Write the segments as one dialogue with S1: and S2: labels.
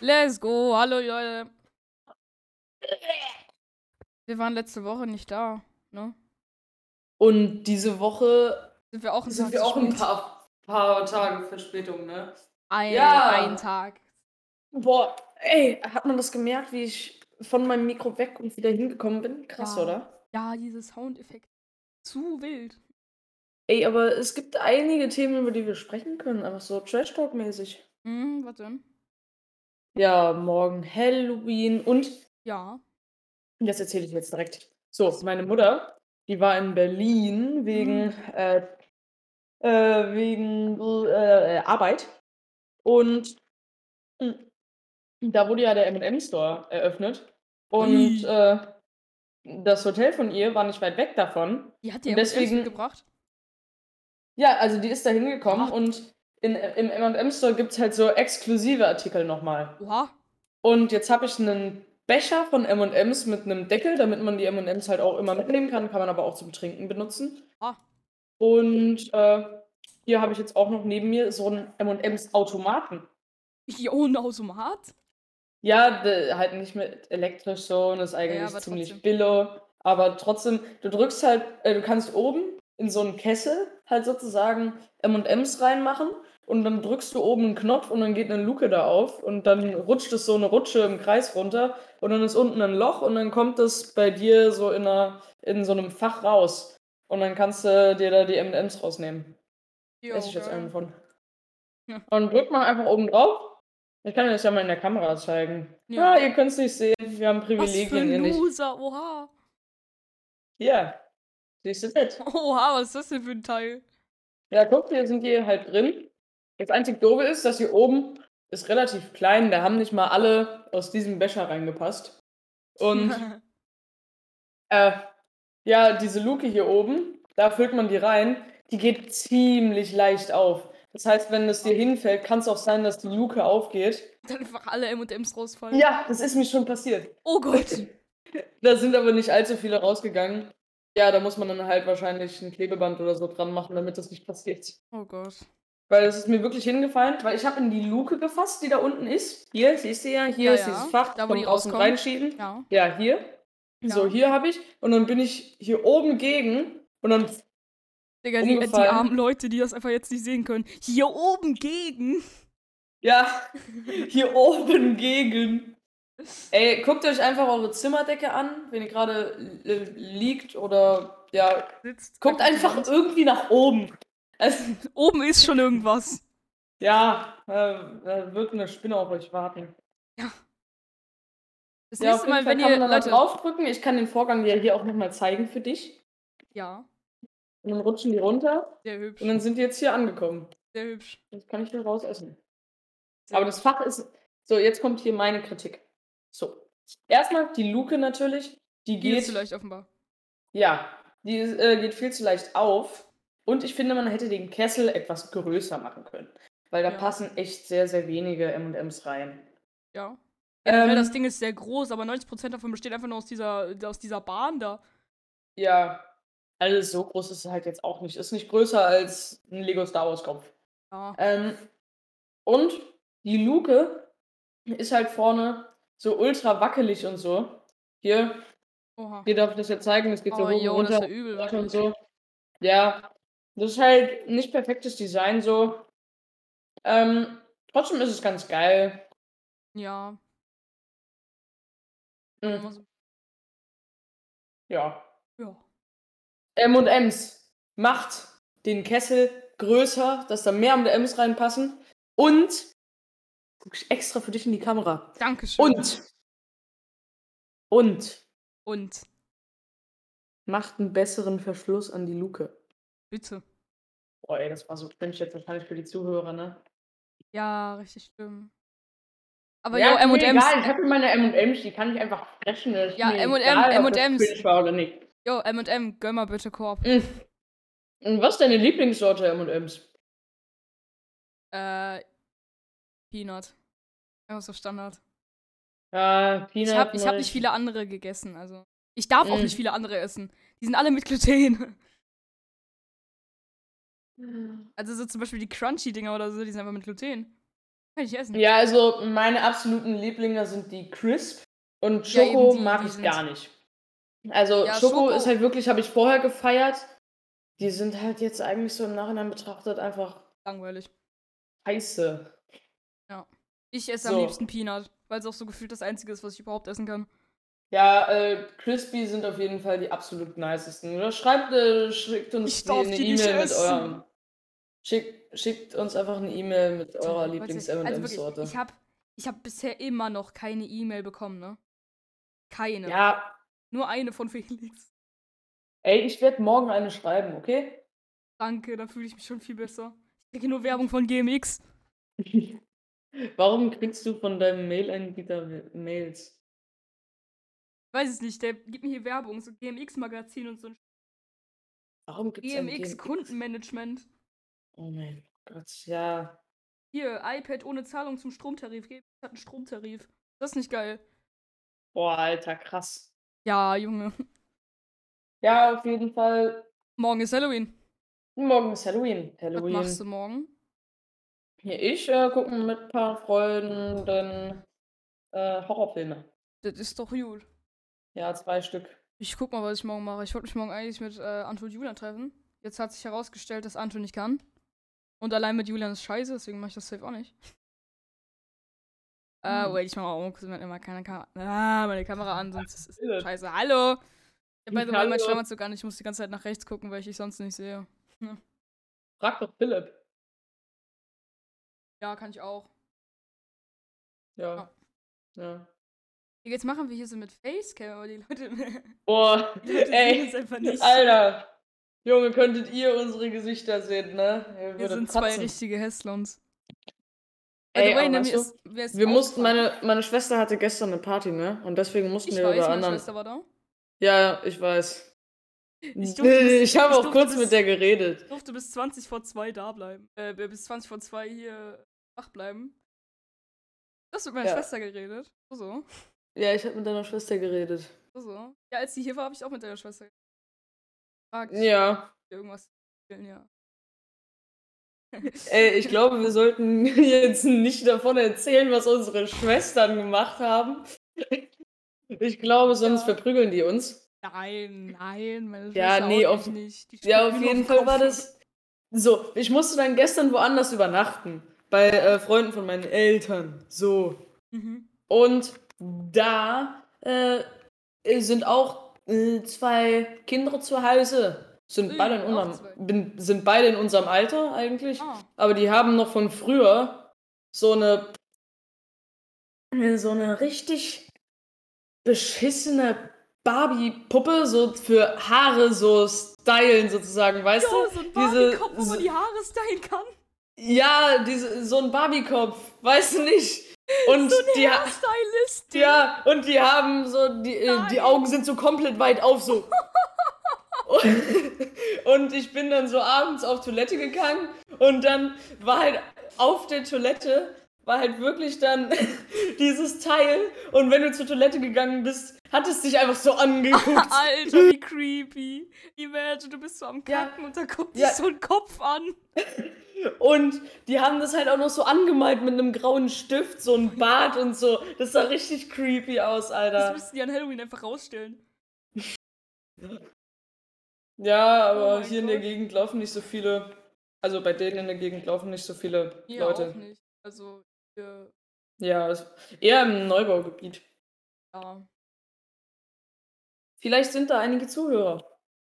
S1: let's go. Hallo, Leute. Wir waren letzte Woche nicht da, ne?
S2: Und diese Woche
S1: Sind wir auch ein
S2: sind
S1: Tag
S2: wir
S1: zu
S2: auch ein
S1: spät?
S2: paar, paar Tage Verspätung, ne?
S1: Ein,
S2: Ja.
S1: ein Tag.
S2: Boah, ey, hat man das gemerkt, wie ich von meinem Mikro weg und wieder hingekommen bin? Krass,
S1: Ja.
S2: oder?
S1: Ja, diese Soundeffekte. Zu wild.
S2: Ey, aber es gibt einige Themen, über die wir sprechen können, einfach so Trash Talk mäßig.
S1: Hm, was denn?
S2: Ja, morgen Halloween und
S1: Ja.
S2: das erzähle ich jetzt direkt. So, meine Mutter, die war in Berlin wegen,
S1: Mhm.
S2: äh, äh, wegen äh, Arbeit. Und mh, da wurde ja der MM-Store eröffnet. Und
S1: Ui.
S2: äh, das Hotel von ihr war nicht weit weg davon.
S1: Die hat dir
S2: Und
S1: irgendwas
S2: deswegen-
S1: mitgebracht.
S2: Ja, also die ist da hingekommen
S1: Ach.
S2: und in, im MM-Store gibt es halt so exklusive Artikel nochmal.
S1: Oha.
S2: Und jetzt habe ich einen Becher von M&M's mit einem Deckel, damit man die M&M's halt auch immer mitnehmen kann, kann man aber auch zum Trinken benutzen.
S1: Ah.
S2: Und äh, hier habe ich jetzt auch noch neben mir so einen M&M's Automaten.
S1: Hier ohne Automat?
S2: Ja, de, halt nicht mit elektrisch so und ist eigentlich
S1: aber
S2: ziemlich
S1: trotzdem.
S2: billo, aber trotzdem, du drückst halt, äh, du kannst oben in so einen Kessel halt sozusagen M&M's reinmachen und dann drückst du oben einen Knopf und dann geht eine Luke da auf und dann rutscht es so eine Rutsche im Kreis runter und dann ist unten ein Loch und dann kommt es bei dir so in einer, in so einem Fach raus und dann kannst du dir da die M&M's rausnehmen.
S1: Jo,
S2: Esse ich jetzt
S1: geil.
S2: einen von.
S1: Ja.
S2: Und drückt mal einfach oben drauf. Ich kann das ja mal in der Kamera zeigen.
S1: Ja.
S2: Ja, ihr könnt es nicht sehen. Wir haben
S1: Was für
S2: Privilegien, ihr
S1: ein
S2: nicht.
S1: Loser. Oha.
S2: Ja. Siehst du das?
S1: Oha, was ist das denn für ein Teil?
S2: Ja, guck, hier sind die halt drin. Das einzig Doofe ist, dass hier oben ist relativ klein. Da haben nicht mal alle aus diesem Becher reingepasst. Und Äh, ja, diese Luke hier oben, da füllt man die rein. Die geht ziemlich leicht auf. Das heißt, wenn es
S1: Oh.
S2: dir hinfällt, kann es auch sein, dass die Luke aufgeht.
S1: Dann einfach alle M&M's rausfallen.
S2: Ja, das ist mir schon passiert.
S1: Oh Gott.
S2: Da sind aber nicht allzu viele rausgegangen. Ja, da muss man dann halt wahrscheinlich ein Klebeband oder so dran machen, damit das nicht passiert.
S1: Oh Gott.
S2: Weil es ist mir wirklich hingefallen, weil ich habe in die Luke gefasst, die da unten ist. Hier, siehst du ja, hier
S1: Ja,
S2: ist
S1: ja.
S2: dieses Fach,
S1: Da, wo
S2: von
S1: die
S2: außen
S1: rauskommen.
S2: reinschieben.
S1: Ja.
S2: Ja, hier. So,
S1: Ja.
S2: hier habe ich. Und dann bin ich hier oben gegen und dann
S1: Digga, die, die
S2: Umgefallen.
S1: armen Leute, die das einfach jetzt nicht sehen können. Hier oben gegen.
S2: Ja, hier oben gegen. Ey, guckt euch einfach eure Zimmerdecke an, wenn ihr gerade äh, liegt oder ja,
S1: Sitzt
S2: guckt einfach irgendwie nach oben. Es,
S1: Oben ist schon irgendwas.
S2: ja, äh, da wird eine Spinne auf euch warten.
S1: Das
S2: Ja, auf
S1: nächste
S2: jeden
S1: Mal,
S2: Fall
S1: wenn
S2: kann
S1: ihr.
S2: man dann da
S1: Leute,
S2: draufdrücken. Ich kann den Vorgang ja hier auch nochmal zeigen für dich.
S1: Ja,
S2: Und dann rutschen die runter
S1: sehr hübsch.
S2: und dann sind die jetzt hier angekommen.
S1: Sehr hübsch.
S2: Jetzt kann ich hier raus essen.
S1: Sehr
S2: Aber das Fach ist. So, jetzt kommt hier meine Kritik. So. Erstmal die Luke natürlich. Die
S1: Die ist
S2: geht.
S1: zu leicht offenbar.
S2: Ja, die ist, äh, geht viel zu leicht auf. Und ich finde, man hätte den Kessel etwas größer machen können. Weil da
S1: Ja.
S2: passen echt sehr, sehr wenige MMs rein.
S1: Ja.
S2: Ähm,
S1: Weil das Ding ist sehr groß, aber 90% davon besteht einfach nur aus dieser, aus dieser Bahn da.
S2: ja, alles so groß ist es halt jetzt auch nicht. Ist nicht größer als ein Lego Star Wars Kopf.
S1: Ja.
S2: Ähm, und die Luke ist halt vorne so ultra wackelig und so. Hier,
S1: Oha.
S2: hier darf ich das ja zeigen. Es geht so
S1: Oh,
S2: hoch und
S1: yo, das
S2: runter.
S1: ist ja übel.
S2: Sachen und
S1: wackelig.
S2: so. Ja, das ist halt nicht perfektes Design so. Ähm, trotzdem ist es ganz geil.
S1: Ja.
S2: Mhm.
S1: immer so-
S2: Ja.
S1: Ja.
S2: M&M's macht den Kessel größer, dass da mehr M&M's reinpassen und guck ich extra für dich in die Kamera.
S1: Dankeschön.
S2: Und und
S1: Und.
S2: macht einen besseren Verschluss an die Luke.
S1: Bitte.
S2: Boah, ey, das war so cringe jetzt wahrscheinlich für die Zuhörer, ne?
S1: Ja, richtig schlimm. Aber
S2: ja,
S1: yo,
S2: ist mir
S1: M&M's.
S2: Egal, ich habe meine M&M's, die kann ich einfach fressen. ist
S1: Ja,
S2: mir
S1: M&M,
S2: egal, ob das
S1: M&Ms.
S2: cringe war oder nicht.
S1: Yo, M&M, gönn mal bitte Korb.
S2: Mm. Und Was ist deine Lieblingssorte M&M's?
S1: Äh, Peanut. Einfach so Standard.
S2: Ja, Peanut.
S1: ich habe ich hab
S2: Milch.
S1: nicht viele andere gegessen, also. Ich darf auch
S2: Mm.
S1: nicht viele andere essen. Die sind alle mit Gluten. Also so zum Beispiel die Crunchy-Dinger oder so, die sind einfach mit Gluten. Kann ich essen.
S2: Ja, also meine absoluten Lieblinge sind die Crisp und
S1: Ja, eben,
S2: Schoko
S1: die-
S2: mag
S1: die
S2: ich
S1: sind-
S2: gar nicht. Also
S1: Ja,
S2: Schoko,
S1: Schoko-
S2: ist halt wirklich, habe ich vorher gefeiert. Die sind halt jetzt eigentlich so im Nachhinein betrachtet einfach
S1: Langweilig.
S2: scheiße.
S1: Ich esse
S2: So.
S1: am liebsten Peanut, weil es auch so gefühlt das Einzige ist, was ich überhaupt essen kann.
S2: Ja, äh, Crispy sind auf jeden Fall die absolut nicesten. Oder schreibt, äh, schickt uns
S1: Ich darf
S2: eine
S1: die nicht
S2: E-Mail mit
S1: essen.
S2: eurem. Schickt, schickt uns einfach eine E-Mail mit eurer
S1: Leute,
S2: Lieblings-MM-Sorte.
S1: Also wirklich, ich habe ich hab bisher immer noch keine E-Mail bekommen, ne? Keine.
S2: ja,
S1: Nur eine von Felix.
S2: ey, ich werde morgen eine schreiben, okay?
S1: Danke, da fühle ich mich schon viel besser. Ich kriege nur Werbung von GMX.
S2: Warum kriegst du von deinem Mail-Anbieter Mails?
S1: Weiß es nicht, der gibt mir hier Werbung, so GMX-Magazin und so ein
S2: Warum gibt's
S1: E
S2: ein
S1: GMX-Kundenmanagement.
S2: Oh mein Gott, ja.
S1: Hier, iPad ohne Zahlung zum Stromtarif. GMX hat einen Stromtarif. Das ist nicht geil.
S2: Boah, Alter, krass.
S1: Ja, Junge.
S2: Ja, auf jeden Fall.
S1: Morgen ist Halloween.
S2: Morgen ist Halloween.
S1: Was machst du
S2: Halloween.
S1: morgen?
S2: Ja, ich äh, gucke mit ein paar Freunden dann äh, Horrorfilme.
S1: Das ist doch gut.
S2: Ja, zwei Stück.
S1: Ich guck mal, was ich morgen mache. Ich wollte mich morgen eigentlich mit äh, Anton und Julian treffen. Jetzt hat sich herausgestellt, dass Anton nicht kann. Und allein mit Julian ist scheiße, deswegen mache ich das safe auch nicht. Äh,
S2: Hm.
S1: wait, ich mache auch mal kurz mit immer keine Kamera. Ah, meine Kamera an, sonst ist es
S2: Hilfe.
S1: scheiße. Hallo! Ich habe
S2: Hallo.
S1: meinen Schlammanzug an, ich muss die ganze Zeit nach rechts gucken, weil ich dich sonst nicht sehe.
S2: Frag doch Philipp.
S1: Ja, kann ich auch.
S2: Ja. Ja.
S1: Jetzt machen wir hier so mit Facecam, aber die Leute, die
S2: Boah,
S1: Leute sehen
S2: ey.
S1: es einfach nicht.
S2: Alter. Junge, könntet ihr unsere Gesichter sehen, ne? Ihr
S1: Wir
S2: würdet
S1: sind zwei
S2: kotzen.
S1: richtige Hässlons.
S2: Ey,
S1: By the way,
S2: aber
S1: ne,
S2: weißt
S1: mir
S2: du,
S1: ist- mir ist
S2: Wir mussten,
S1: aufgefallen-
S2: meine, meine Schwester hatte gestern eine Party, ne? Und deswegen mussten
S1: Ich
S2: wir
S1: weiß,
S2: über
S1: meine
S2: anderen.
S1: Schwester war da.
S2: Ja, ja, ich weiß. Ich,
S1: durfte bis-
S2: ich habe
S1: ich
S2: auch
S1: durfte
S2: kurz
S1: bis-
S2: mit der geredet.
S1: Ich durfte bis 20 vor 2 da bleiben. Äh, bis 20 vor 2 hier wach bleiben. Das mit meiner
S2: Ja.
S1: Schwester geredet. So, so,
S2: Ja, ich habe mit deiner Schwester geredet.
S1: so, so. Ja, als die hier war, habe ich auch mit deiner Schwester gefragt. ob
S2: Ja,
S1: wir Irgendwas spielen, ja.
S2: ey, ich glaube, wir sollten jetzt nicht davon erzählen, was unsere Schwestern gemacht haben. Ich glaube, sonst
S1: Ja.
S2: verprügeln die uns.
S1: Nein, nein, meine Schwester.
S2: Ja, nee,
S1: auch
S2: auf-
S1: nicht. Die
S2: Ja,
S1: steht
S2: auf
S1: mir nur
S2: jeden
S1: dem
S2: Fall
S1: Kopf.
S2: war das. So, ich musste dann gestern woanders übernachten. Bei äh, Freunden von meinen Eltern. So.
S1: Mhm.
S2: Und da äh, sind auch äh, zwei Kinder zu Hause. Sind
S1: Ja,
S2: beide, in
S1: auch
S2: unserem,
S1: zwei.
S2: bin, sind beide in unserem Alter eigentlich.
S1: Ah,
S2: Aber die haben noch von früher so eine, so eine richtig beschissene Barbie-Puppe, so für Haare so stylen sozusagen, weißt
S1: jo,
S2: du?
S1: so ein
S2: Diese-
S1: Barbie-Kopf, wo
S2: so-
S1: man die Haare stylen kann.
S2: Ja, diese, so ein Barbie-Kopf, weißt du nicht? Und die, ha-
S1: Haarstylist.
S2: Ja, und die haben so, die, äh, die
S1: Nein.
S2: Augen sind so komplett weit auf, so. Und- und ich bin dann so abends auf Toilette gegangen und dann war halt auf der Toilette, war halt wirklich dann dieses Teil. Und wenn du zur Toilette gegangen bist, hat es dich einfach so angeguckt.
S1: Alter, wie creepy. Imagine, du bist so am
S2: Ja.
S1: Kacken und da guckt
S2: Ja.
S1: dich so ein Kopf an.
S2: Und die haben das halt auch noch so angemalt mit einem grauen Stift, so ein Bart und so. Das sah richtig creepy aus,
S1: Das
S2: Alter.
S1: müssen die an Halloween einfach rausstellen.
S2: Ja, aber
S1: Oh mein
S2: hier in der
S1: Gott.
S2: Gegend laufen nicht so viele. Also bei denen in der Gegend laufen nicht so viele
S1: Hier auch
S2: Leute.
S1: nicht. Also, hier,
S2: Ja, es- eher im Neubaugebiet.
S1: ja.
S2: Vielleicht sind da einige Zuhörer.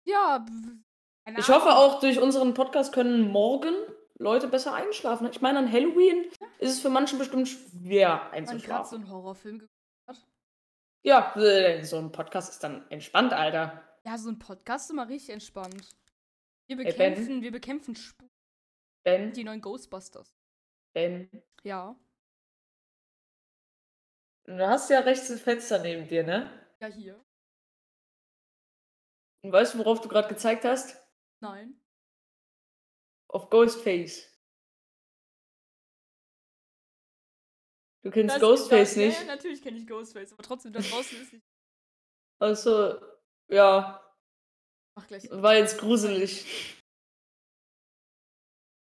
S1: Ja, w- keine
S2: Ich hoffe
S1: Ahnung.
S2: auch, durch unseren Podcast können morgen Leute besser einschlafen. Ich meine, an Halloween ist es für manche bestimmt schwer
S1: Man gerade so
S2: einzuschlafen.
S1: einen Horrorfilm geguckt.
S2: Ja, äh, so ein Podcast ist dann entspannt, Alter.
S1: Ja, so ein Podcast ist immer richtig entspannt. Wir
S2: Ben.
S1: bekämpfen, wir bekämpfen Spuren,
S2: Ben,
S1: die neuen Ghostbusters.
S2: Ben,
S1: Ja.
S2: du hast ja rechts ein Fenster neben dir, ne?
S1: Ja, hier.
S2: Und weißt du, worauf du gerade gezeigt hast?
S1: Nein.
S2: Auf Ghostface. Du kennst
S1: Das- ne?
S2: Ghostface
S1: das-
S2: nicht?
S1: Ja, ja, natürlich kenne ich Ghostface, aber trotzdem, da draußen ist nicht.
S2: Also, ja,
S1: Mach gleich.
S2: war jetzt gruselig.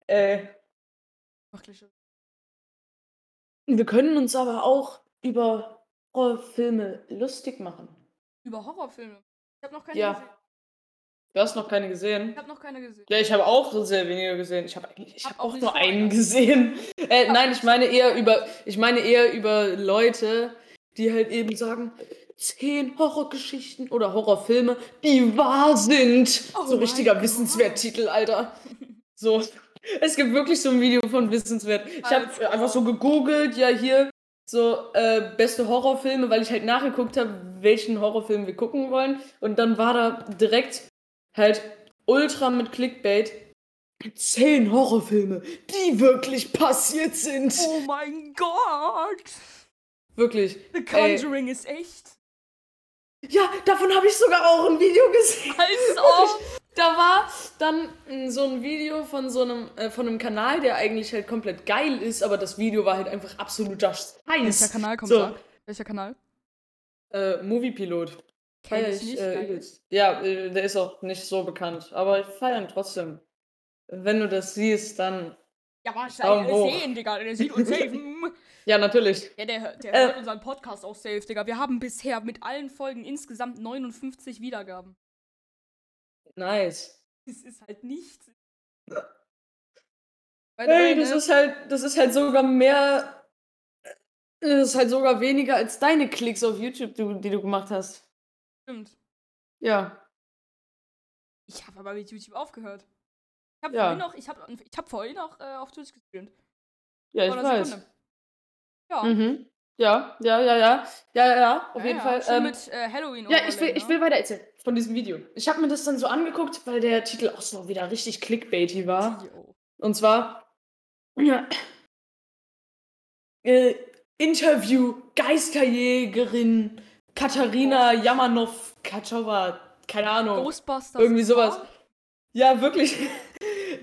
S2: Äh,
S1: Mach gleich.
S2: Wir können uns aber auch über Horrorfilme lustig machen.
S1: Über Horrorfilme. Ich habe noch keine
S2: Ja.
S1: gesehen.
S2: Du hast noch keine
S1: Ich
S2: gesehen?
S1: habe noch keine gesehen.
S2: Ja, ich habe auch so sehr wenige gesehen. Ich habe eigentlich, ich
S1: Hab
S2: habe
S1: auch
S2: auch
S1: nicht
S2: nur
S1: vorher.
S2: einen gesehen. Äh, nein, ich meine eher über, ich meine eher über Leute, die halt eben sagen, zehn Horrorgeschichten oder Horrorfilme, die wahr sind.
S1: Oh
S2: so
S1: mein
S2: richtiger
S1: Gott.
S2: Wissenswert-Titel, Alter. So. Es gibt wirklich so ein Video von Wissenswert. Ich habe
S1: Als
S2: einfach so gegoogelt, ja hier so äh, beste Horrorfilme, weil ich halt nachgeguckt habe, welchen Horrorfilm wir gucken wollen. Und dann war da direkt halt ultra mit Clickbait zehn Horrorfilme, die wirklich passiert sind.
S1: Oh mein Gott!
S2: Wirklich.
S1: The Conjuring ist echt.
S2: Ja, davon habe ich sogar auch ein Video gesehen.
S1: Als ob.
S2: Da war dann mm, so ein Video von so einem, äh, von einem Kanal, der eigentlich halt komplett geil ist, aber das Video war halt einfach absoluter
S1: Welcher
S2: Scheiß.
S1: Kanal kommt
S2: So.
S1: da? Welcher Kanal?
S2: Äh, Moviepilot.
S1: Kenn
S2: Feier
S1: ich
S2: ich
S1: nicht.
S2: äh,
S1: geil.
S2: übelst. Ja, äh, der ist auch nicht so bekannt, aber ich feiere ihn trotzdem. Wenn du das siehst, dann.
S1: ja, aber
S2: Daumen
S1: scheiße,
S2: hoch.
S1: sehen, Digga. Der sieht uns safe.
S2: Ja, natürlich.
S1: Ja, der, hört- der
S2: Äh.
S1: hört unseren Podcast auch safe, Digga. Wir haben bisher mit allen Folgen insgesamt 59 Wiedergaben.
S2: Nice.
S1: Das ist halt nichts. By the way,
S2: Hey,
S1: ne,
S2: das ist halt, das ist halt sogar mehr. Das ist halt sogar weniger als deine Klicks auf YouTube, du, die du gemacht hast.
S1: stimmt.
S2: Ja.
S1: Ich habe aber mit YouTube aufgehört. Ich habe
S2: Ja.
S1: vorhin noch, ich hab, ich hab vorhin noch äh, auf Twitch gestreamt.
S2: Ja, ich
S1: Vor einer
S2: weiß.
S1: Sekunde. Ja,
S2: Mhm. Ja, ja, ja, ja. Ja, ja, ja, auf
S1: ja,
S2: jeden
S1: Ah ja.
S2: Fall.
S1: Schön
S2: Ähm,
S1: mit äh, Halloween
S2: ja, ich will,
S1: overlayen,
S2: ich
S1: ne?
S2: will weiter erzählen von diesem Video. Ich habe mir das dann so angeguckt, weil der Titel auch so wieder richtig clickbaity war.
S1: Yo.
S2: Und zwar äh, Interview Geisterjägerin Katharina
S1: Oh.
S2: Jamanov Katschowa, keine Ahnung.
S1: Ghostbusters.
S2: Irgendwie sowas.
S1: war?
S2: Ja, wirklich.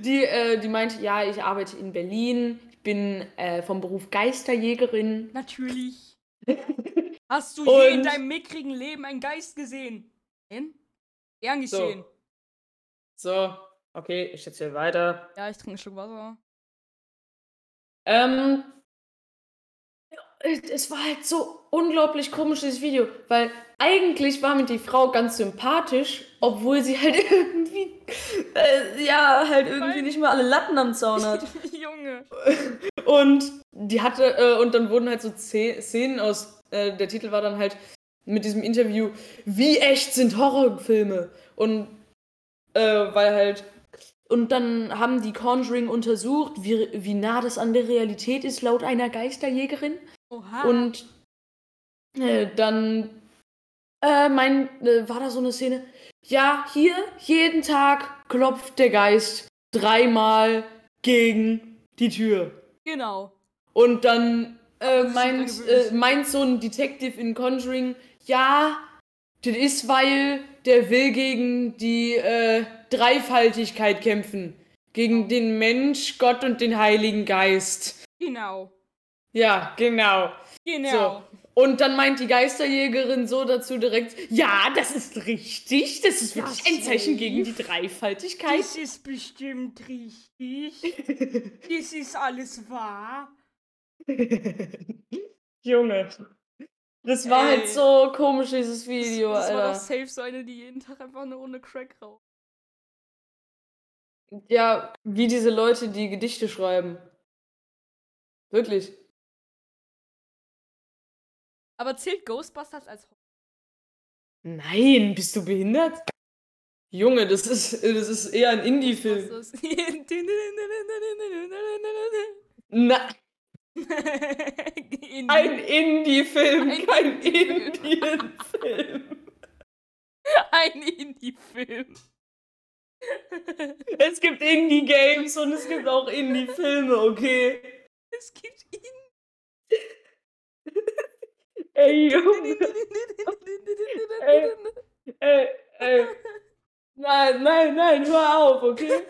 S2: Die, äh, die meinte, ja, ich arbeite in Berlin, ich bin äh, vom Beruf Geisterjägerin.
S1: Natürlich. Hast du je in
S2: Und-
S1: deinem mickrigen Leben einen Geist gesehen? Nein? Gern geschehen.
S2: So, okay, ich erzähle weiter.
S1: Ja, ich trinke ein Stück Wasser.
S2: Ähm, es war halt so unglaublich komisch, dieses Video, weil eigentlich war mir die Frau ganz sympathisch, obwohl sie halt irgendwie, äh, ja, halt irgendwie
S1: Weil-
S2: nicht mal alle Latten am Zaun hat.
S1: Junge.
S2: Und die hatte, äh, und dann wurden halt so Szenen- Szenen aus, äh, der Titel war dann halt mit diesem Interview, wie echt sind Horrorfilme? Und äh, weil halt, und dann haben die Conjuring untersucht, wie, wie nah das an der Realität ist, laut einer Geisterjägerin.
S1: Oha.
S2: Und äh, dann äh, mein, äh, war da so eine Szene. Ja, hier jeden Tag klopft der Geist dreimal gegen die Tür.
S1: genau.
S2: Und dann
S1: das
S2: äh,
S1: ist schon
S2: meint,
S1: ungewöhnlich.
S2: äh, meint so ein Detective in Conjuring, ja, das ist, weil der will gegen die äh, Dreifaltigkeit kämpfen. Gegen den Mensch, Gott und den Heiligen Geist.
S1: Genau.
S2: Ja, genau.
S1: Genau.
S2: Und dann meint die Geisterjägerin so dazu direkt, ja, das ist richtig, das ist wirklich
S1: Das
S2: ein Zeichen
S1: lief.
S2: gegen die Dreifaltigkeit.
S1: Das ist bestimmt richtig. das ist alles wahr.
S2: Junge. Das war
S1: Ey.
S2: halt so komisch, dieses Video,
S1: das, das war doch
S2: Alter.
S1: safe so eine, die jeden Tag einfach nur ohne Crack raucht.
S2: Ja, wie diese Leute, die Gedichte schreiben. Wirklich.
S1: Aber zählt Ghostbusters als Horror?
S2: Nein, bist du behindert? Junge, das ist, das ist eher ein Indie-Film.
S1: Ghostbusters? In-
S2: Na, ein Indie-Film,
S1: Ein
S2: kein
S1: Indie-Film.
S2: Indie-Film.
S1: ein Indie-Film.
S2: Es gibt Indie-Games und es gibt auch Indie-Filme, okay?
S1: Es gibt
S2: Ey, Junge. Ey.
S1: Indie.
S2: Ey, ey. Nein, nein, nein, hör auf, okay?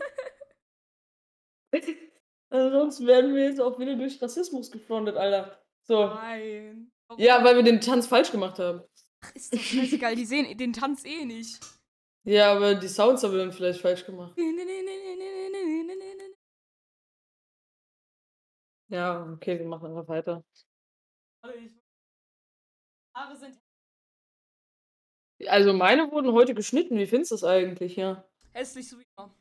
S2: Ansonsten werden wir jetzt auch wieder durch Rassismus gefrontet, Alter. So.
S1: Nein. Warum?
S2: Ja, weil wir den Tanz falsch gemacht haben.
S1: Ist doch scheißegal, die sehen den Tanz eh nicht.
S2: Ja, aber die Sounds haben wir dann vielleicht falsch gemacht. Ja, okay, wir machen einfach weiter.
S3: Warte, ich. Haare sind.
S2: Also meine wurden heute geschnitten. Wie findest du es eigentlich hier?
S1: Hässlich so wie immer.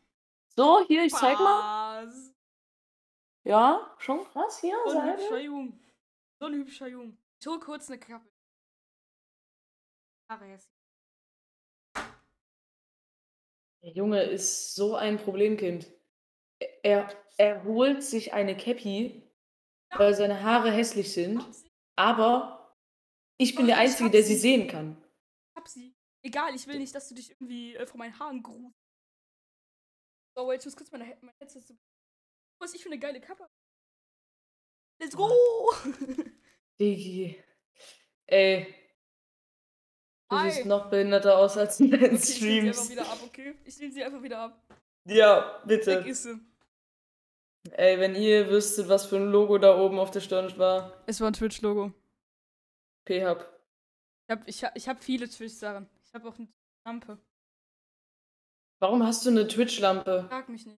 S2: So, hier, ich zeig mal.
S3: Was?
S2: Ja, schon krass hier.
S1: So ein
S2: Salbe.
S1: hübscher Jung. So ein hübscher Jung. Ich hol kurz eine Kappe. Haare hässlich.
S2: Der Junge ist so ein Problemkind. Er, er holt sich eine Cappy, weil seine Haare hässlich sind.
S3: Hab sie,
S2: Aber ich bin der
S1: Ach, ich
S2: Einzige,
S1: hab
S2: der
S1: sie.
S2: sie sehen kann.
S1: hab sie. Egal, ich will nicht, dass du dich irgendwie äh, von meinen Haaren gruselst. So, wait, ich muss kurz meine, He- mein Headset zu. Was ich für eine geile Kappe. Let's go!
S2: Digi. Ey. Du
S1: Hi.
S2: siehst noch behinderter aus als in
S1: Okay,
S2: deinen
S1: ich nehme sie einfach
S2: Streams.
S1: wieder ab, okay? Ich nehme sie einfach wieder ab.
S2: Ja,
S1: Weg
S2: bitte.
S1: ist sie.
S2: Ey, wenn ihr wüsstet, was für ein Logo da oben auf der Stirn war.
S1: Es war ein Twitch-Logo.
S2: P-Hub.
S1: Ich hab, ich, hab, ich hab viele Twitch-Sachen. Ich hab auch eine Lampe.
S2: Warum hast du eine Twitch-Lampe?
S1: Frag mich nicht.